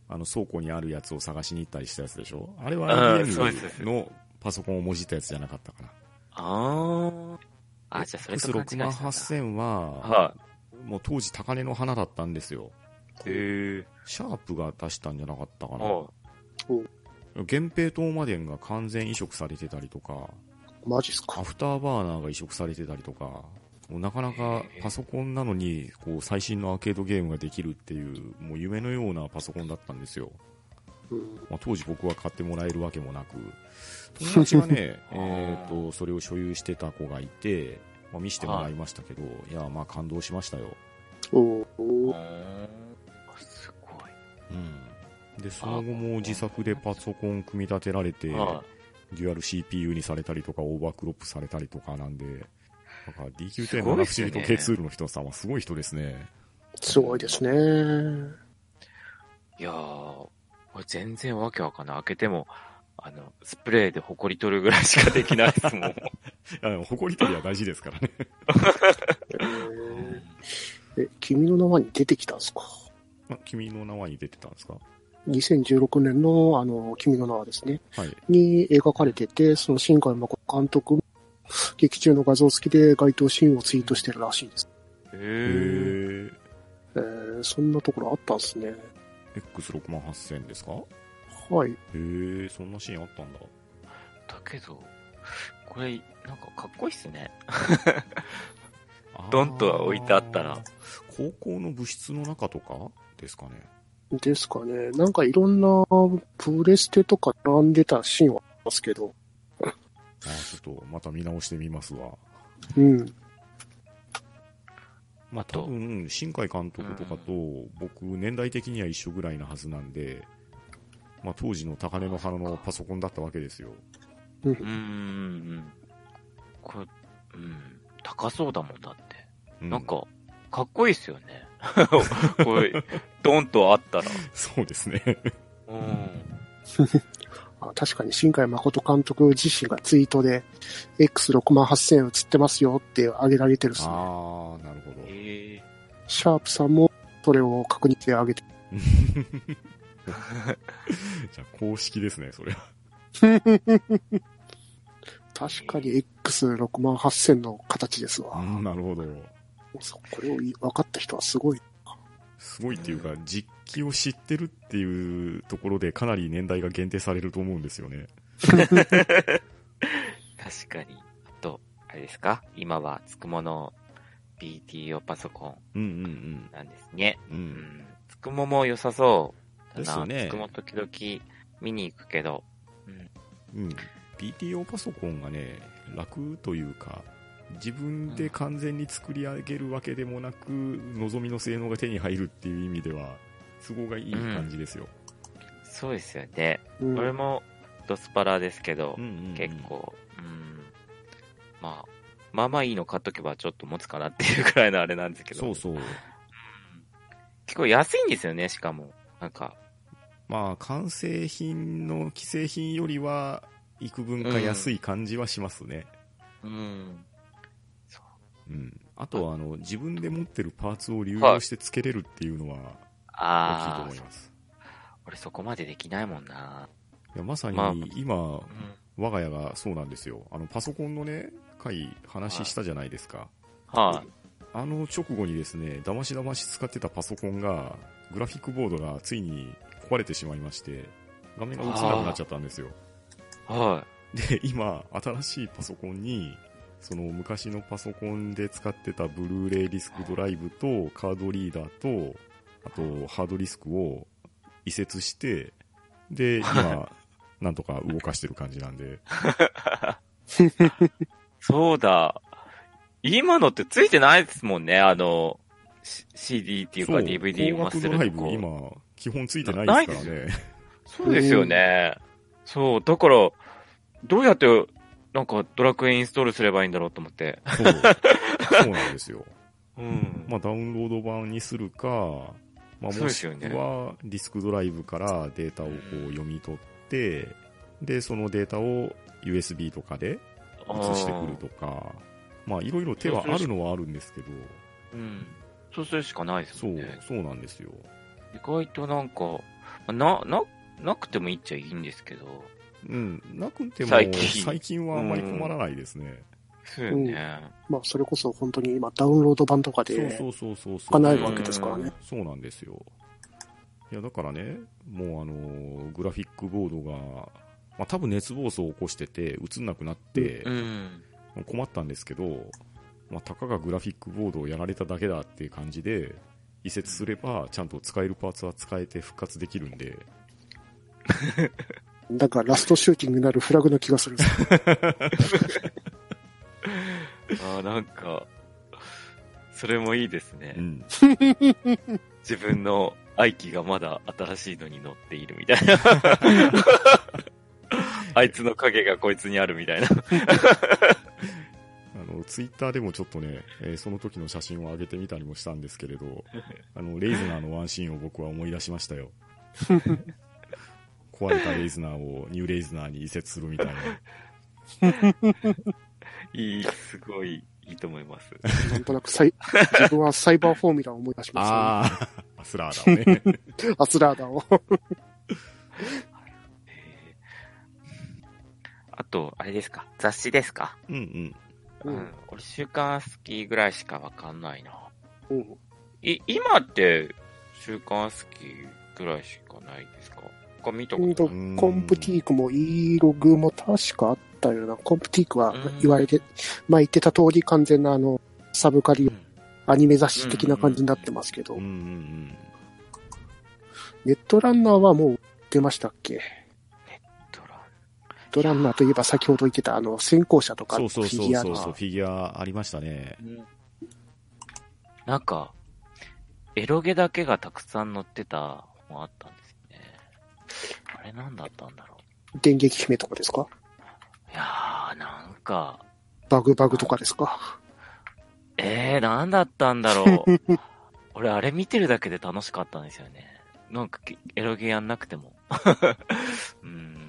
[SPEAKER 1] あの、倉庫にあるやつを探しに行ったりしたやつでしょあれ
[SPEAKER 3] うん
[SPEAKER 1] は IBM
[SPEAKER 3] そうですそうです
[SPEAKER 1] のパソコンをもじったやつじゃなかったかな。
[SPEAKER 3] あーあ、じゃあそれと勘違いしてたんだ。
[SPEAKER 1] X68000 は、
[SPEAKER 3] は
[SPEAKER 1] もう当時高値の花だったんですよ。
[SPEAKER 3] い。へ
[SPEAKER 1] シャープが出したんじゃなかったか
[SPEAKER 3] ー
[SPEAKER 1] な。
[SPEAKER 3] お
[SPEAKER 1] 源平東マデンが完全移植されてたりとか、
[SPEAKER 2] マジっす
[SPEAKER 1] ア
[SPEAKER 2] か。
[SPEAKER 1] フターバーナーが移植されてたりとか、もうなかなかパソコンなのに、こう、最新のアーケードゲームができるっていう、もう夢のようなパソコンだったんですよ。
[SPEAKER 2] うん。
[SPEAKER 1] まあ、当時僕は買ってもらえるわけもな [LAUGHS] く、友達がね、えっと、それを所有してた子がいて、まあ、見せてもらいましたけど、いや、まあ感動しましたよ。
[SPEAKER 2] おお。
[SPEAKER 3] す
[SPEAKER 1] うん。で、その後も自作でパソコン組み立てられて、
[SPEAKER 3] ごい。は
[SPEAKER 1] デュアル CPU にされたりとか、オーバークロップされたりとかなんで、なんか DQ10
[SPEAKER 3] す
[SPEAKER 1] の
[SPEAKER 3] ごいっ
[SPEAKER 1] 学
[SPEAKER 3] すよ
[SPEAKER 1] 習
[SPEAKER 3] ね
[SPEAKER 1] と K2 の人さんはすごい人ですね。
[SPEAKER 2] すごいですね。
[SPEAKER 3] い。いやー、これ全然わけわかんない。開けても、あの、スプレーで埃取るぐらいしかできないです
[SPEAKER 1] [LAUGHS]
[SPEAKER 3] もん。
[SPEAKER 1] いや、でも誇り取りは大事です [LAUGHS] からね。
[SPEAKER 2] えーえ、君の名はに出てきたんすか。
[SPEAKER 1] あ君の名はに出てたんですか
[SPEAKER 2] 2016年の、あの、君の名はですね、
[SPEAKER 1] はい。
[SPEAKER 2] に描かれてて、その新海誠監督も、劇中の画像付きで該当シーンをツイートしてるらしいです。
[SPEAKER 3] へ
[SPEAKER 1] へ
[SPEAKER 3] ー。
[SPEAKER 1] ー。
[SPEAKER 2] えー、そんなところあったんですね。
[SPEAKER 1] X68000 ですかへ
[SPEAKER 2] はい。
[SPEAKER 1] ー、そんなシーンあったんだ。
[SPEAKER 3] だけど、これ、なんかかっこいいっすね。
[SPEAKER 1] あー
[SPEAKER 3] ドンとは置いてあったら。
[SPEAKER 1] 高校の部室の中とかですかね。
[SPEAKER 2] ですかね。なんかいろんなプレステとか並んでたシーンはありますけど。
[SPEAKER 1] あーちょっとまた見直してみますわ。
[SPEAKER 2] うん。
[SPEAKER 1] まあ多分、新海監督とかと、僕、年代的には一緒ぐらいなはずなんで、まあ当時の高根の花のパソコンだったわけですよ。
[SPEAKER 3] うーん。これ、うん。高そうだもんだって。
[SPEAKER 1] う
[SPEAKER 3] なん、か、かっこいいっすよね。 [LAUGHS] これ、ドンとあったら。
[SPEAKER 1] そうです
[SPEAKER 3] [LAUGHS]
[SPEAKER 1] ね。
[SPEAKER 3] うん。
[SPEAKER 2] あ確かに新海誠監督自身がツイートで X68000 映ってますよって上げられてるっすね。
[SPEAKER 1] ああ、なるほど。
[SPEAKER 3] へえ。
[SPEAKER 2] シャープさんもそれを確認で上げて。 [LAUGHS]
[SPEAKER 1] じゃあ公式ですね、それは。
[SPEAKER 2] 確かに X68000 の形ですわ。
[SPEAKER 1] なるほど。
[SPEAKER 2] そうこれを分かった人はすごい。
[SPEAKER 1] すごいっていうか、実機を知ってるっていうところで、かなり年代が限定されると思うんですよね。
[SPEAKER 3] 確かに。あと、あれですか今はつくもの BTO パソコ
[SPEAKER 1] うんうん
[SPEAKER 3] ンなんですね。
[SPEAKER 1] うん。う。
[SPEAKER 3] うんん。つくもも良さそうだな。
[SPEAKER 1] ですよね
[SPEAKER 3] つくも時々見に行くけど。
[SPEAKER 1] うん、PTO パソコンがね楽というか自分で完全に作り上げるわけでもなく、望みの性能が手に入るっていう意味では都合がいい感じですよ、
[SPEAKER 3] そうですよね。
[SPEAKER 2] うん
[SPEAKER 3] 俺もドスパラですけど、
[SPEAKER 1] うんうんうん
[SPEAKER 3] 結構、うん。まあ、まあまあいいの買っとけばちょっと持つかなっていうくらいのあれなんですけど。
[SPEAKER 1] そうそう
[SPEAKER 3] 結構安いんですよね、しかも。なんか。
[SPEAKER 1] まあ完成品の既製品よりは幾分か安い感じはしますね、
[SPEAKER 3] うん。そう。
[SPEAKER 1] うんあとはあの自分で持ってるパーツを流用して付けれるっていうのは大きいと
[SPEAKER 3] あ
[SPEAKER 1] 思い
[SPEAKER 3] あ、
[SPEAKER 1] ます、
[SPEAKER 3] 俺そこまでできないもんな。
[SPEAKER 1] いやまさ
[SPEAKER 3] まあ
[SPEAKER 1] に今、
[SPEAKER 3] うん
[SPEAKER 1] 我が家がそうなんですよ。あの、パソコンのね、回、話したじゃないですか。
[SPEAKER 3] はい、
[SPEAKER 1] あの直後にですね、だましだまし使ってたパソコンが、グラフィックボードがついに壊れてしまいまして、画面が映らなくなっちゃったんですよ。
[SPEAKER 3] はい、
[SPEAKER 1] で、今、新しいパソコンに、その昔のパソコンで使ってたブルーレイディスクドライブとカードリーダーと、あとハードディスクを移設して、で、今、なんとか動かしてる感じなんで、
[SPEAKER 3] そうだ。今のってついてないですもんね、あの、C- CD っていうか
[SPEAKER 1] そう
[SPEAKER 3] DVD を
[SPEAKER 1] 光
[SPEAKER 3] マス
[SPEAKER 1] 学
[SPEAKER 3] す
[SPEAKER 1] ド
[SPEAKER 3] る
[SPEAKER 1] ライ
[SPEAKER 3] と
[SPEAKER 1] ブ、
[SPEAKER 3] こ。
[SPEAKER 1] 今、基本ついてないですからね。
[SPEAKER 3] そうですよね。そう、だから、どうやって、なんかドラクエインストールすればいいんだろうと思って。
[SPEAKER 1] そうそうなんですよ。
[SPEAKER 3] うん。
[SPEAKER 1] まあ、ダウンロード版にするか、まあ、も
[SPEAKER 3] そうで
[SPEAKER 1] し
[SPEAKER 3] す
[SPEAKER 1] く
[SPEAKER 3] よね
[SPEAKER 1] はディスクドライブからデータをこう読み取って、で、そのデータを USB とかで移してくるとか、まあ、いろいろ手はあるのはあるんですけど、
[SPEAKER 3] あーうん。そうするしかないです
[SPEAKER 1] そ
[SPEAKER 3] も
[SPEAKER 1] うん
[SPEAKER 3] ね。、
[SPEAKER 1] そうなんですよ。
[SPEAKER 3] 意外となんか、まあな、な、なくてもいいっちゃいいんですけど。
[SPEAKER 1] うん、なくても、
[SPEAKER 3] 最近
[SPEAKER 1] 最近はあんまり困らないですね。
[SPEAKER 3] そうよね。
[SPEAKER 2] まあ、それこそ本当に今ダウンロード版とかで
[SPEAKER 1] そうそうそうそうそう。
[SPEAKER 2] 置かないわけですからね。
[SPEAKER 1] そうなんですよ。いや、だからね、もうあのーグラフィックボードが、まあ、多分熱暴走を起こしてて、映んなくなって
[SPEAKER 3] う、ん。
[SPEAKER 1] 困ったんですけど、まあ、たかがグラフィックボードをやられただけだっていう感じで、移設すれば、ちゃんと使えるパーツは使えて復活できるんで、
[SPEAKER 2] なんかラストシューティングになるフラグの気
[SPEAKER 1] [LAUGHS]
[SPEAKER 2] がする。
[SPEAKER 3] ああ、なんか、それもいいですね。
[SPEAKER 1] うん。
[SPEAKER 3] 自分の愛機がまだ新しいのに乗っているみたい [LAUGHS] な。あいつの影がこいつにあるみたいな。
[SPEAKER 1] あの、ツイッターでもちょっとね、えーその時の写真を上げてみたりもしたんですけれ [LAUGHS] ど、あの、レイズナーのワンシーンを僕は思い出しま [LAUGHS] したよ。壊れたレイズナーをニューレイズナーに移設するみたいな。
[SPEAKER 3] いい、すごい、いいと思います。
[SPEAKER 2] なんとなく
[SPEAKER 3] [LAUGHS]
[SPEAKER 2] サイ、自分はサイバーフォーミュラーを思い出しま
[SPEAKER 1] [LAUGHS] あ [LAUGHS] あ、アスラーだね。
[SPEAKER 2] す、ね。アスラーダを。
[SPEAKER 3] えーあと、あれですか雑誌ですか
[SPEAKER 1] うんうん。
[SPEAKER 2] う
[SPEAKER 3] うんん。俺、週刊スキーぐらいしかわかんないな。
[SPEAKER 2] うん
[SPEAKER 3] い、今って、週刊スキーぐらいしかないですか他見たこ
[SPEAKER 2] うん
[SPEAKER 3] と
[SPEAKER 2] と
[SPEAKER 3] ない。
[SPEAKER 2] コンプティークも E ログも確かあったような、コンプティークは言われて、まあ言ってた通り完全なあの、サブカリ、アニメ雑誌的な感じになってますけど、
[SPEAKER 1] うんうんうん。
[SPEAKER 2] ネットランナーはもう出ましたっけネ
[SPEAKER 3] ドラ
[SPEAKER 2] ットランナーといえば先ほど言ってたあの、先行者とか、フ
[SPEAKER 1] そうそう
[SPEAKER 2] ィ
[SPEAKER 1] そう
[SPEAKER 2] ギュア
[SPEAKER 1] そう
[SPEAKER 2] の
[SPEAKER 1] そう、フィギュアありましたね。
[SPEAKER 3] なんか、エロゲだけがたくさん載ってた本あったんですよね。あれなんだったんだろ
[SPEAKER 2] 電撃姫とかですか
[SPEAKER 3] う。いやー、なんか、
[SPEAKER 2] バグバグとかですか
[SPEAKER 3] えー、なんだったんだろ [LAUGHS] う。俺、あれ見てるだけで楽しかったんですよね。なんか、けエロゲやんなくても。 [LAUGHS] うーん。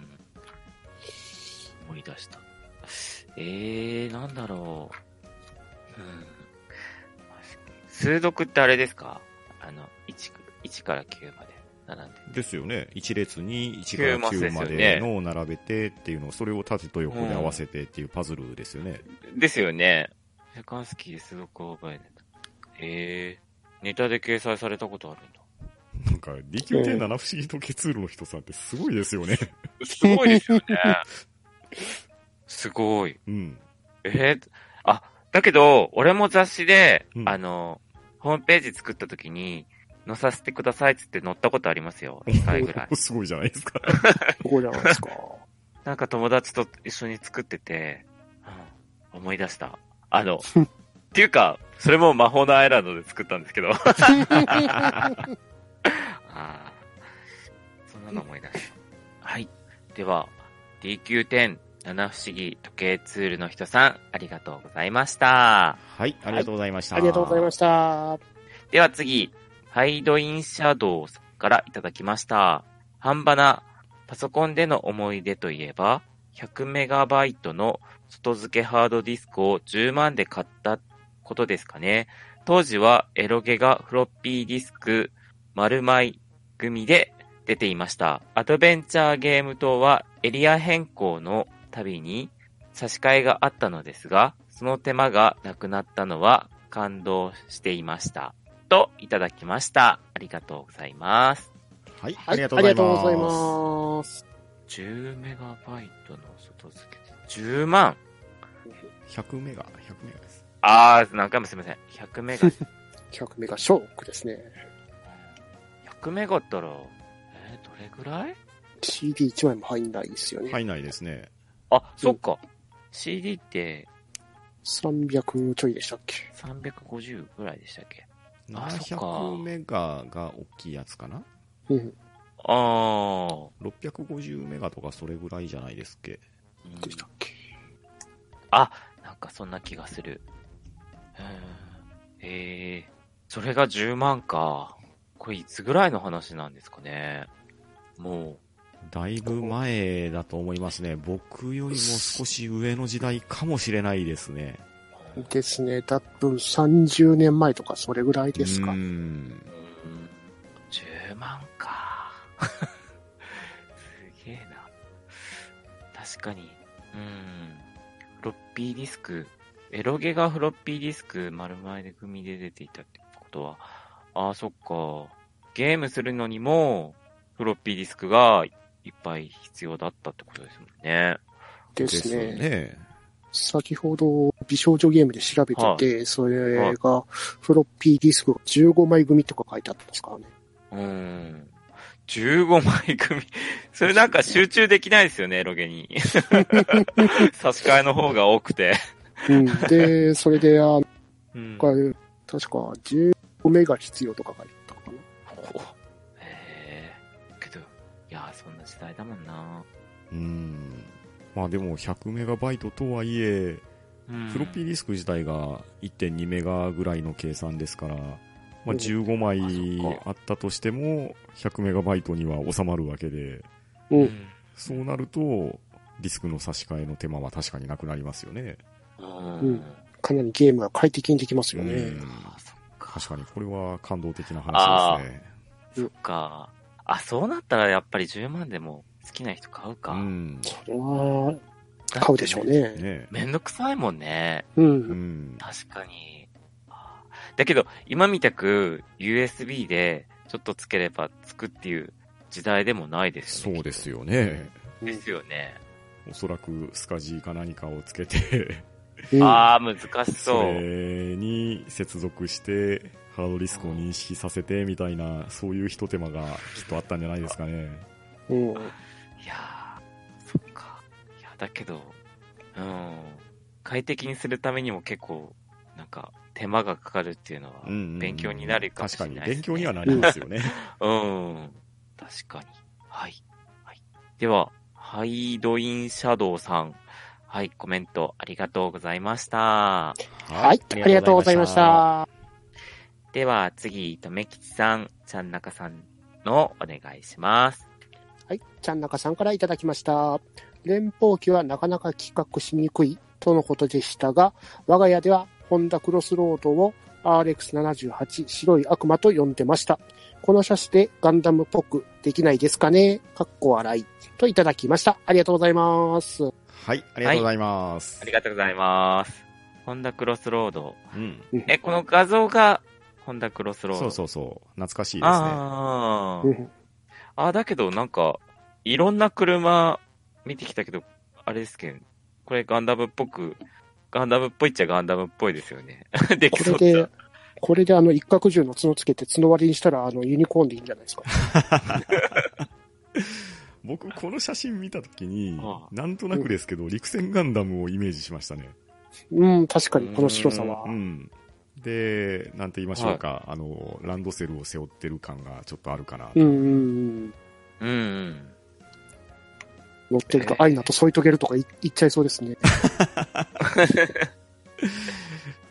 [SPEAKER 3] 思い出した。えー、なんだろう。うん。数読ってあれですかあの、1, 1から9まで並んで。
[SPEAKER 1] ですよね。1列に1から9ま
[SPEAKER 3] 9マスですよ
[SPEAKER 1] で
[SPEAKER 3] ね
[SPEAKER 1] のを並べてっていうのを、それを縦と横で合わせてっていうパズルですよね。
[SPEAKER 3] ですよね。セカンスキー数読覚えねえー、ネタで掲載されたことあるんだ。
[SPEAKER 1] なんか、DQ107 不思議とケツールの人さんってすごいですよね。
[SPEAKER 3] すごいですよね。すごい。
[SPEAKER 1] うん。
[SPEAKER 3] えーあ、だけど、俺も雑誌で、
[SPEAKER 1] うん。
[SPEAKER 3] あの、ホームページ作った時に、載させてくださいっつって載ったことありますよ。2回ぐら
[SPEAKER 1] [LAUGHS]
[SPEAKER 3] い
[SPEAKER 1] すごいじゃないですか。
[SPEAKER 2] そこじゃないで
[SPEAKER 1] [LAUGHS]
[SPEAKER 2] すか。
[SPEAKER 3] なんか友達と一緒に作ってて、うん思い出した。
[SPEAKER 1] [LAUGHS]
[SPEAKER 3] あの、っていうか、それも魔法のアイランドで作ったんですけど。ああそんなの思い出した。はい。では、DQ10 七不思議時計ツールの人さん、ありがとうございました。
[SPEAKER 1] はい、ありがとうございました。
[SPEAKER 2] ありがとうございました。
[SPEAKER 3] では次、ハイドインシャドウさんからいただきました。半端なパソコンでの思い出といえば、100メガバイトの外付けハードディスクを10万で買ったことですかね。当時はエロゲがフロッピーディスク丸枚組で出ていました。アドベンチャーゲーム等はエリア変更のたびに差し替えがあったのですが、その手間がなくなったのは感動していました。といただきました。ありがとうございます。
[SPEAKER 1] はい、
[SPEAKER 2] は
[SPEAKER 1] ありがとうございます。
[SPEAKER 2] ありがとうございます。
[SPEAKER 3] 10メガバイトの外付けで10万
[SPEAKER 1] 100メガ、100メガです。
[SPEAKER 3] あー、何回もすみません。100メガ、 [LAUGHS]
[SPEAKER 2] 100メガショックですね。
[SPEAKER 3] 100メガったら、えーどれぐらい
[SPEAKER 2] CD1 枚も入んないですよね。
[SPEAKER 1] 入んないですね。
[SPEAKER 3] あ、そっか。CD って
[SPEAKER 2] 300ちょいでしたっけ
[SPEAKER 3] 350ぐらいでしたっけあそっか
[SPEAKER 1] 700メガが大きいやつかな
[SPEAKER 2] うん。
[SPEAKER 3] あー。
[SPEAKER 1] 650メガとかそれぐらいじゃないですっけ
[SPEAKER 3] うん
[SPEAKER 2] でしたっけ
[SPEAKER 3] あ、なんかそんな気がする。うんえー、それが10万か。これいつぐらいの話なんですかね。も
[SPEAKER 1] だいぶ前だと思いますね僕よりも少し上の時代かもしれないですね
[SPEAKER 2] ですね。多分30年前とかそれぐらいですか
[SPEAKER 1] う。ん
[SPEAKER 3] う、うん、10万か。すげえな。確かに。うん。フロッピーディスク。エロゲがフロッピーディスク丸前で組で出ていたってことは、ああ、そっか。ゲームするのにも、フロッピーディスクがいっぱい必要だったってことですもんね。
[SPEAKER 2] ですね。
[SPEAKER 1] よね
[SPEAKER 2] 先ほど美少女ゲームで調べてて、それがフロッピーディスクが15枚組とか書いてあったんですからね。
[SPEAKER 3] うん。15枚組。 [LAUGHS] それなんか集中できないですよね、エロゲ
[SPEAKER 2] [LAUGHS]
[SPEAKER 3] に。差し替えの方が多くて。
[SPEAKER 2] [LAUGHS] うん。で、それで、あの、
[SPEAKER 3] うん
[SPEAKER 2] これ確か15メガ必要とか書いてあったかな。
[SPEAKER 3] へえ。けど、いやー、そんな時代だもんな。
[SPEAKER 1] うんまあでも100メガバイトとはいえフロッピーディスク自体が1.2メガぐらいの計算ですから、ま
[SPEAKER 2] う
[SPEAKER 1] あ、
[SPEAKER 2] ん
[SPEAKER 1] 15枚
[SPEAKER 3] あそっか
[SPEAKER 1] あったとしても100メガバイトには収まるわけで
[SPEAKER 3] う
[SPEAKER 2] う。
[SPEAKER 3] んん。
[SPEAKER 1] そうなるとディスクの差し替えの手間は確かになくなりますよね
[SPEAKER 3] うん。
[SPEAKER 2] うんかなりゲームが快適にできますよね。
[SPEAKER 1] うん
[SPEAKER 3] あー、そっか。
[SPEAKER 1] 確かにこれは感動的な話ですね
[SPEAKER 3] そっか。あ、そうなったらやっぱり10万でも好きな人買うか。
[SPEAKER 1] うん
[SPEAKER 2] それは、買うでしょう。ね。
[SPEAKER 1] ね
[SPEAKER 3] めんどくさいもんね。
[SPEAKER 2] う。
[SPEAKER 1] うんん
[SPEAKER 3] 確かに。あーだけど、今みたく USB でちょっとつければつくっていう時代でもないです
[SPEAKER 1] そ
[SPEAKER 3] よね。
[SPEAKER 1] うですよね。
[SPEAKER 3] ですよね。
[SPEAKER 1] おそらくスカジーか何かをつけて、
[SPEAKER 2] うん
[SPEAKER 3] ああ、難し
[SPEAKER 1] そ
[SPEAKER 3] そう。
[SPEAKER 1] れに接続して、ハードディスクを認識させてみたいな、そういう一手間がきっとあったんじゃないですかね。
[SPEAKER 2] うん。
[SPEAKER 3] いやー、そっか。いや、だけど、うん。快適にするためにも結構、なんか、手間がかかるっていうのは、
[SPEAKER 1] うんうんうん
[SPEAKER 3] 勉強になるかもしれない
[SPEAKER 1] 確
[SPEAKER 3] で
[SPEAKER 1] か
[SPEAKER 3] す
[SPEAKER 1] に、
[SPEAKER 3] ね
[SPEAKER 1] 勉強にはなりますよね。
[SPEAKER 3] うん。確かに。はい。はい、では、ハイドインシャドウさん。はい、コメントありがとうございました。
[SPEAKER 1] [LAUGHS]
[SPEAKER 2] はい。ありがとうございまし。た。
[SPEAKER 3] では、次、とめきちさん、ちゃんなかさんのお願いします。
[SPEAKER 2] はい、ちゃんなかさんからいただきました。連邦機はなかなか企画しにくいとのことでしたが、我が家ではホンダクロスロードを RX78 白い悪魔と呼んでました。この車種でガンダムっぽくできないですかねかっこ笑い。といただきました。ありがとうございます。
[SPEAKER 1] はい、ありがとうございます。
[SPEAKER 3] ありがとうございます。ホンダクロスロード。
[SPEAKER 1] うん。
[SPEAKER 3] え、この画像が、ホンダクロスロード。
[SPEAKER 1] そう
[SPEAKER 3] う。
[SPEAKER 1] そうそう。懐かしいですね。
[SPEAKER 3] あ
[SPEAKER 2] う
[SPEAKER 3] ー
[SPEAKER 2] ん
[SPEAKER 3] あー、だけどなんか、いろんな車見てきたけど、あれですけど、これガンダムっぽく、ガンダムっぽいっちゃガンダムっぽいですよね。 [LAUGHS] でき
[SPEAKER 2] こ
[SPEAKER 3] そう
[SPEAKER 2] れ
[SPEAKER 3] っ
[SPEAKER 2] で
[SPEAKER 3] ち、
[SPEAKER 2] これであの一角獣の角つけて角割りにしたらあのユニコーンでいいんじゃないですか。
[SPEAKER 1] 僕、この写真見たときに
[SPEAKER 3] あ、あ
[SPEAKER 1] なんとなくですけど、陸戦ガンダムをイメージしましたね。
[SPEAKER 2] うん、確かにこの白さは
[SPEAKER 1] う。ん。で、なんて言いましょうか、あの、ランドセルを背負ってる感がちょっとあるかな。
[SPEAKER 2] うん、うん、うん。
[SPEAKER 3] うんうん。
[SPEAKER 2] 乗ってるとアイナと添い遂げるとかい言っちゃいそうですね。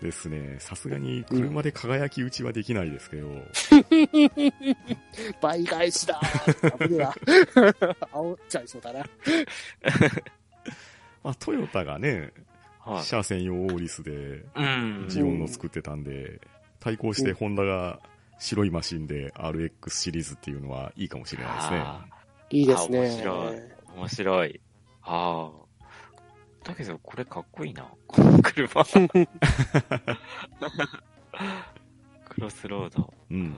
[SPEAKER 1] ですね。さすがに車で輝き打ちはできないですけど、
[SPEAKER 2] 倍返しだ危ねえな。煽っちゃいそうだな。
[SPEAKER 1] まあトヨタがね、
[SPEAKER 3] はい。
[SPEAKER 1] 車線用オーリスで
[SPEAKER 3] うん。
[SPEAKER 1] ジオンの作ってたんで、対抗してホンダが白いマシンで RX シリーズっていうのはいいかもしれないですね。
[SPEAKER 3] あ
[SPEAKER 2] いいですね。
[SPEAKER 3] あ面白いー面白い。ああ。だけど、これかっこいいな。この車。クロスロード。
[SPEAKER 1] うん。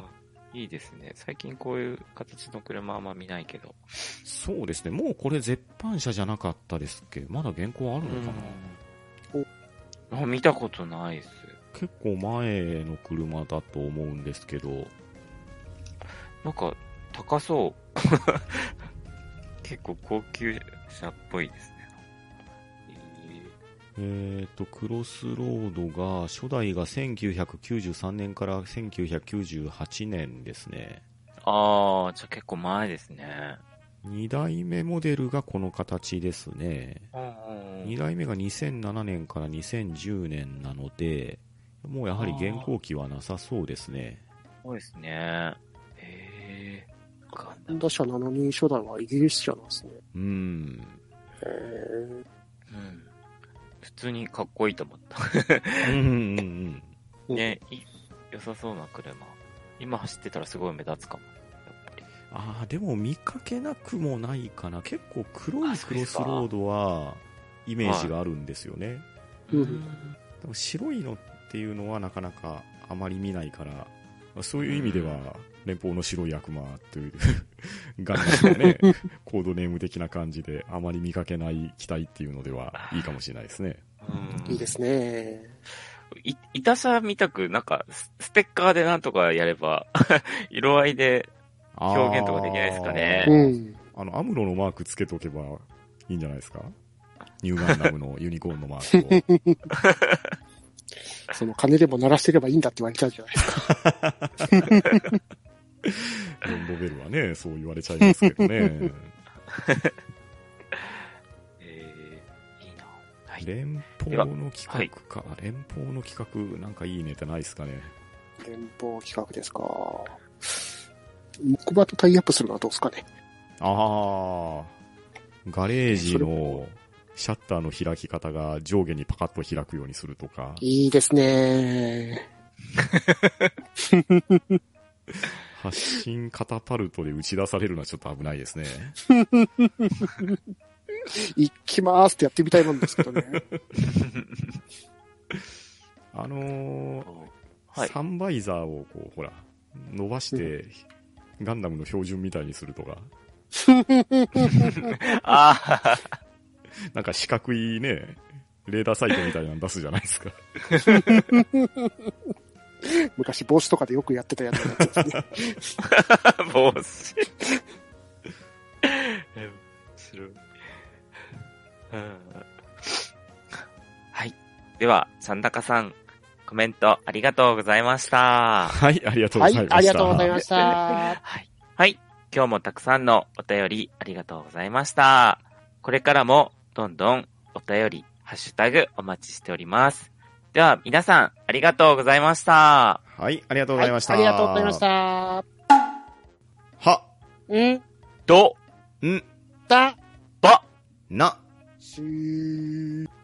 [SPEAKER 3] いいですね。最近こういう形の車あんま見ないけど。
[SPEAKER 1] そうですね。もうこれ絶版車じゃなかったですっけまだ原稿あるのかな、
[SPEAKER 3] あ見たことないです。
[SPEAKER 1] 結構前の車だと思うんですけど、
[SPEAKER 3] なんか、高そう。 [LAUGHS] 結構高級車っぽいですね。
[SPEAKER 1] えっ、と、クロスロードが、初代が1993年から1998年ですね。
[SPEAKER 3] ああ、じゃあ結構前ですね。
[SPEAKER 1] 2代目モデルがこの形ですね。
[SPEAKER 3] うん
[SPEAKER 1] 2代目が2007年から2010年なので、もうやはり現行機はなさそうですね。
[SPEAKER 3] そうですね。へえ。わかんな
[SPEAKER 2] ホ
[SPEAKER 3] い
[SPEAKER 2] ンダ車7人初代はイギリス車なんですね。
[SPEAKER 1] うん。
[SPEAKER 2] へー
[SPEAKER 3] うん。普通にかっこいいと思った。
[SPEAKER 1] うんうんうん。
[SPEAKER 3] ね、い良さそうな車。今走ってたらすごい目立つかも。やっぱり。
[SPEAKER 1] ああ、でも見かけなくもないかな。結構黒
[SPEAKER 3] あ
[SPEAKER 1] い
[SPEAKER 3] そう
[SPEAKER 1] ク
[SPEAKER 3] で
[SPEAKER 1] ロ
[SPEAKER 3] す
[SPEAKER 1] ス
[SPEAKER 3] か
[SPEAKER 1] ロードは、イメージがあるんですよね。
[SPEAKER 2] うん
[SPEAKER 1] でも白いのっていうのはなかなかあまり見ないから、まあそういう意味では、連邦の白い悪魔という [LAUGHS] ガンダムの
[SPEAKER 3] [LAUGHS]
[SPEAKER 1] ね、コードネーム的な感じで、あまり見かけない機体っていうのではいいかもしれないですね。
[SPEAKER 3] うん
[SPEAKER 2] いいですね。
[SPEAKER 3] い、いたさみたく、なんか、スステッカーでなんとかやれば、 [LAUGHS] 色合いで、表現とかできないですかね
[SPEAKER 1] あ
[SPEAKER 2] う
[SPEAKER 1] ー
[SPEAKER 2] ん。
[SPEAKER 1] あの、アムロのマークつけとけばいいんじゃないですかニューガンダム
[SPEAKER 3] [LAUGHS]
[SPEAKER 1] のユニコーンのマークを。
[SPEAKER 2] その金でも鳴らしてればいいんだって言われちゃうじゃないですか。
[SPEAKER 1] ロンドベルはね、そう言われちゃいますけどね。
[SPEAKER 3] えー、いいな。はい。
[SPEAKER 1] 連邦の企画か、連邦の企画、なんかいいネタないですかね。
[SPEAKER 2] 連邦企画ですか。木馬とタイアップするのはどうですかね。
[SPEAKER 1] ああ、ガレージのシャッターの開き方が上下にパカッと開くようにするとか、
[SPEAKER 2] いいですね。
[SPEAKER 1] 発進カタパルトで打ち出されるのはちょっと危ないですね。
[SPEAKER 2] 行きますってやってみたいもんですけどね。
[SPEAKER 1] あのー
[SPEAKER 3] はい。
[SPEAKER 1] サンバイザーをこう、ほら、伸ばして、ガンダムの標準みたいにするとか、
[SPEAKER 3] あ
[SPEAKER 1] なんか四角いね、レーダーサイトみたいなの出すじゃないですか。
[SPEAKER 2] 昔帽子とかでよくやってたやつなんですね。
[SPEAKER 3] あ、 [LAUGHS] 帽子。え、面白い。うんはい。では、サンダカさん、コメントありがとうございました。
[SPEAKER 1] はい、ありがとう
[SPEAKER 2] [LAUGHS] は
[SPEAKER 1] ございま
[SPEAKER 2] い
[SPEAKER 1] し、た。
[SPEAKER 2] ありがとうござい
[SPEAKER 1] す。
[SPEAKER 2] ました。
[SPEAKER 3] はい。はい。今日もたくさんのお便りありがとうございました。これからもどんどんお便り、ハッシュタグお待ちしております。では皆さんありがとうございました。
[SPEAKER 1] はい、ありがとうございました。
[SPEAKER 2] はいありがとうございまし。た。
[SPEAKER 1] は、
[SPEAKER 2] うん
[SPEAKER 3] ど、
[SPEAKER 1] ん、
[SPEAKER 2] だ
[SPEAKER 3] ば、
[SPEAKER 1] な、
[SPEAKER 2] しー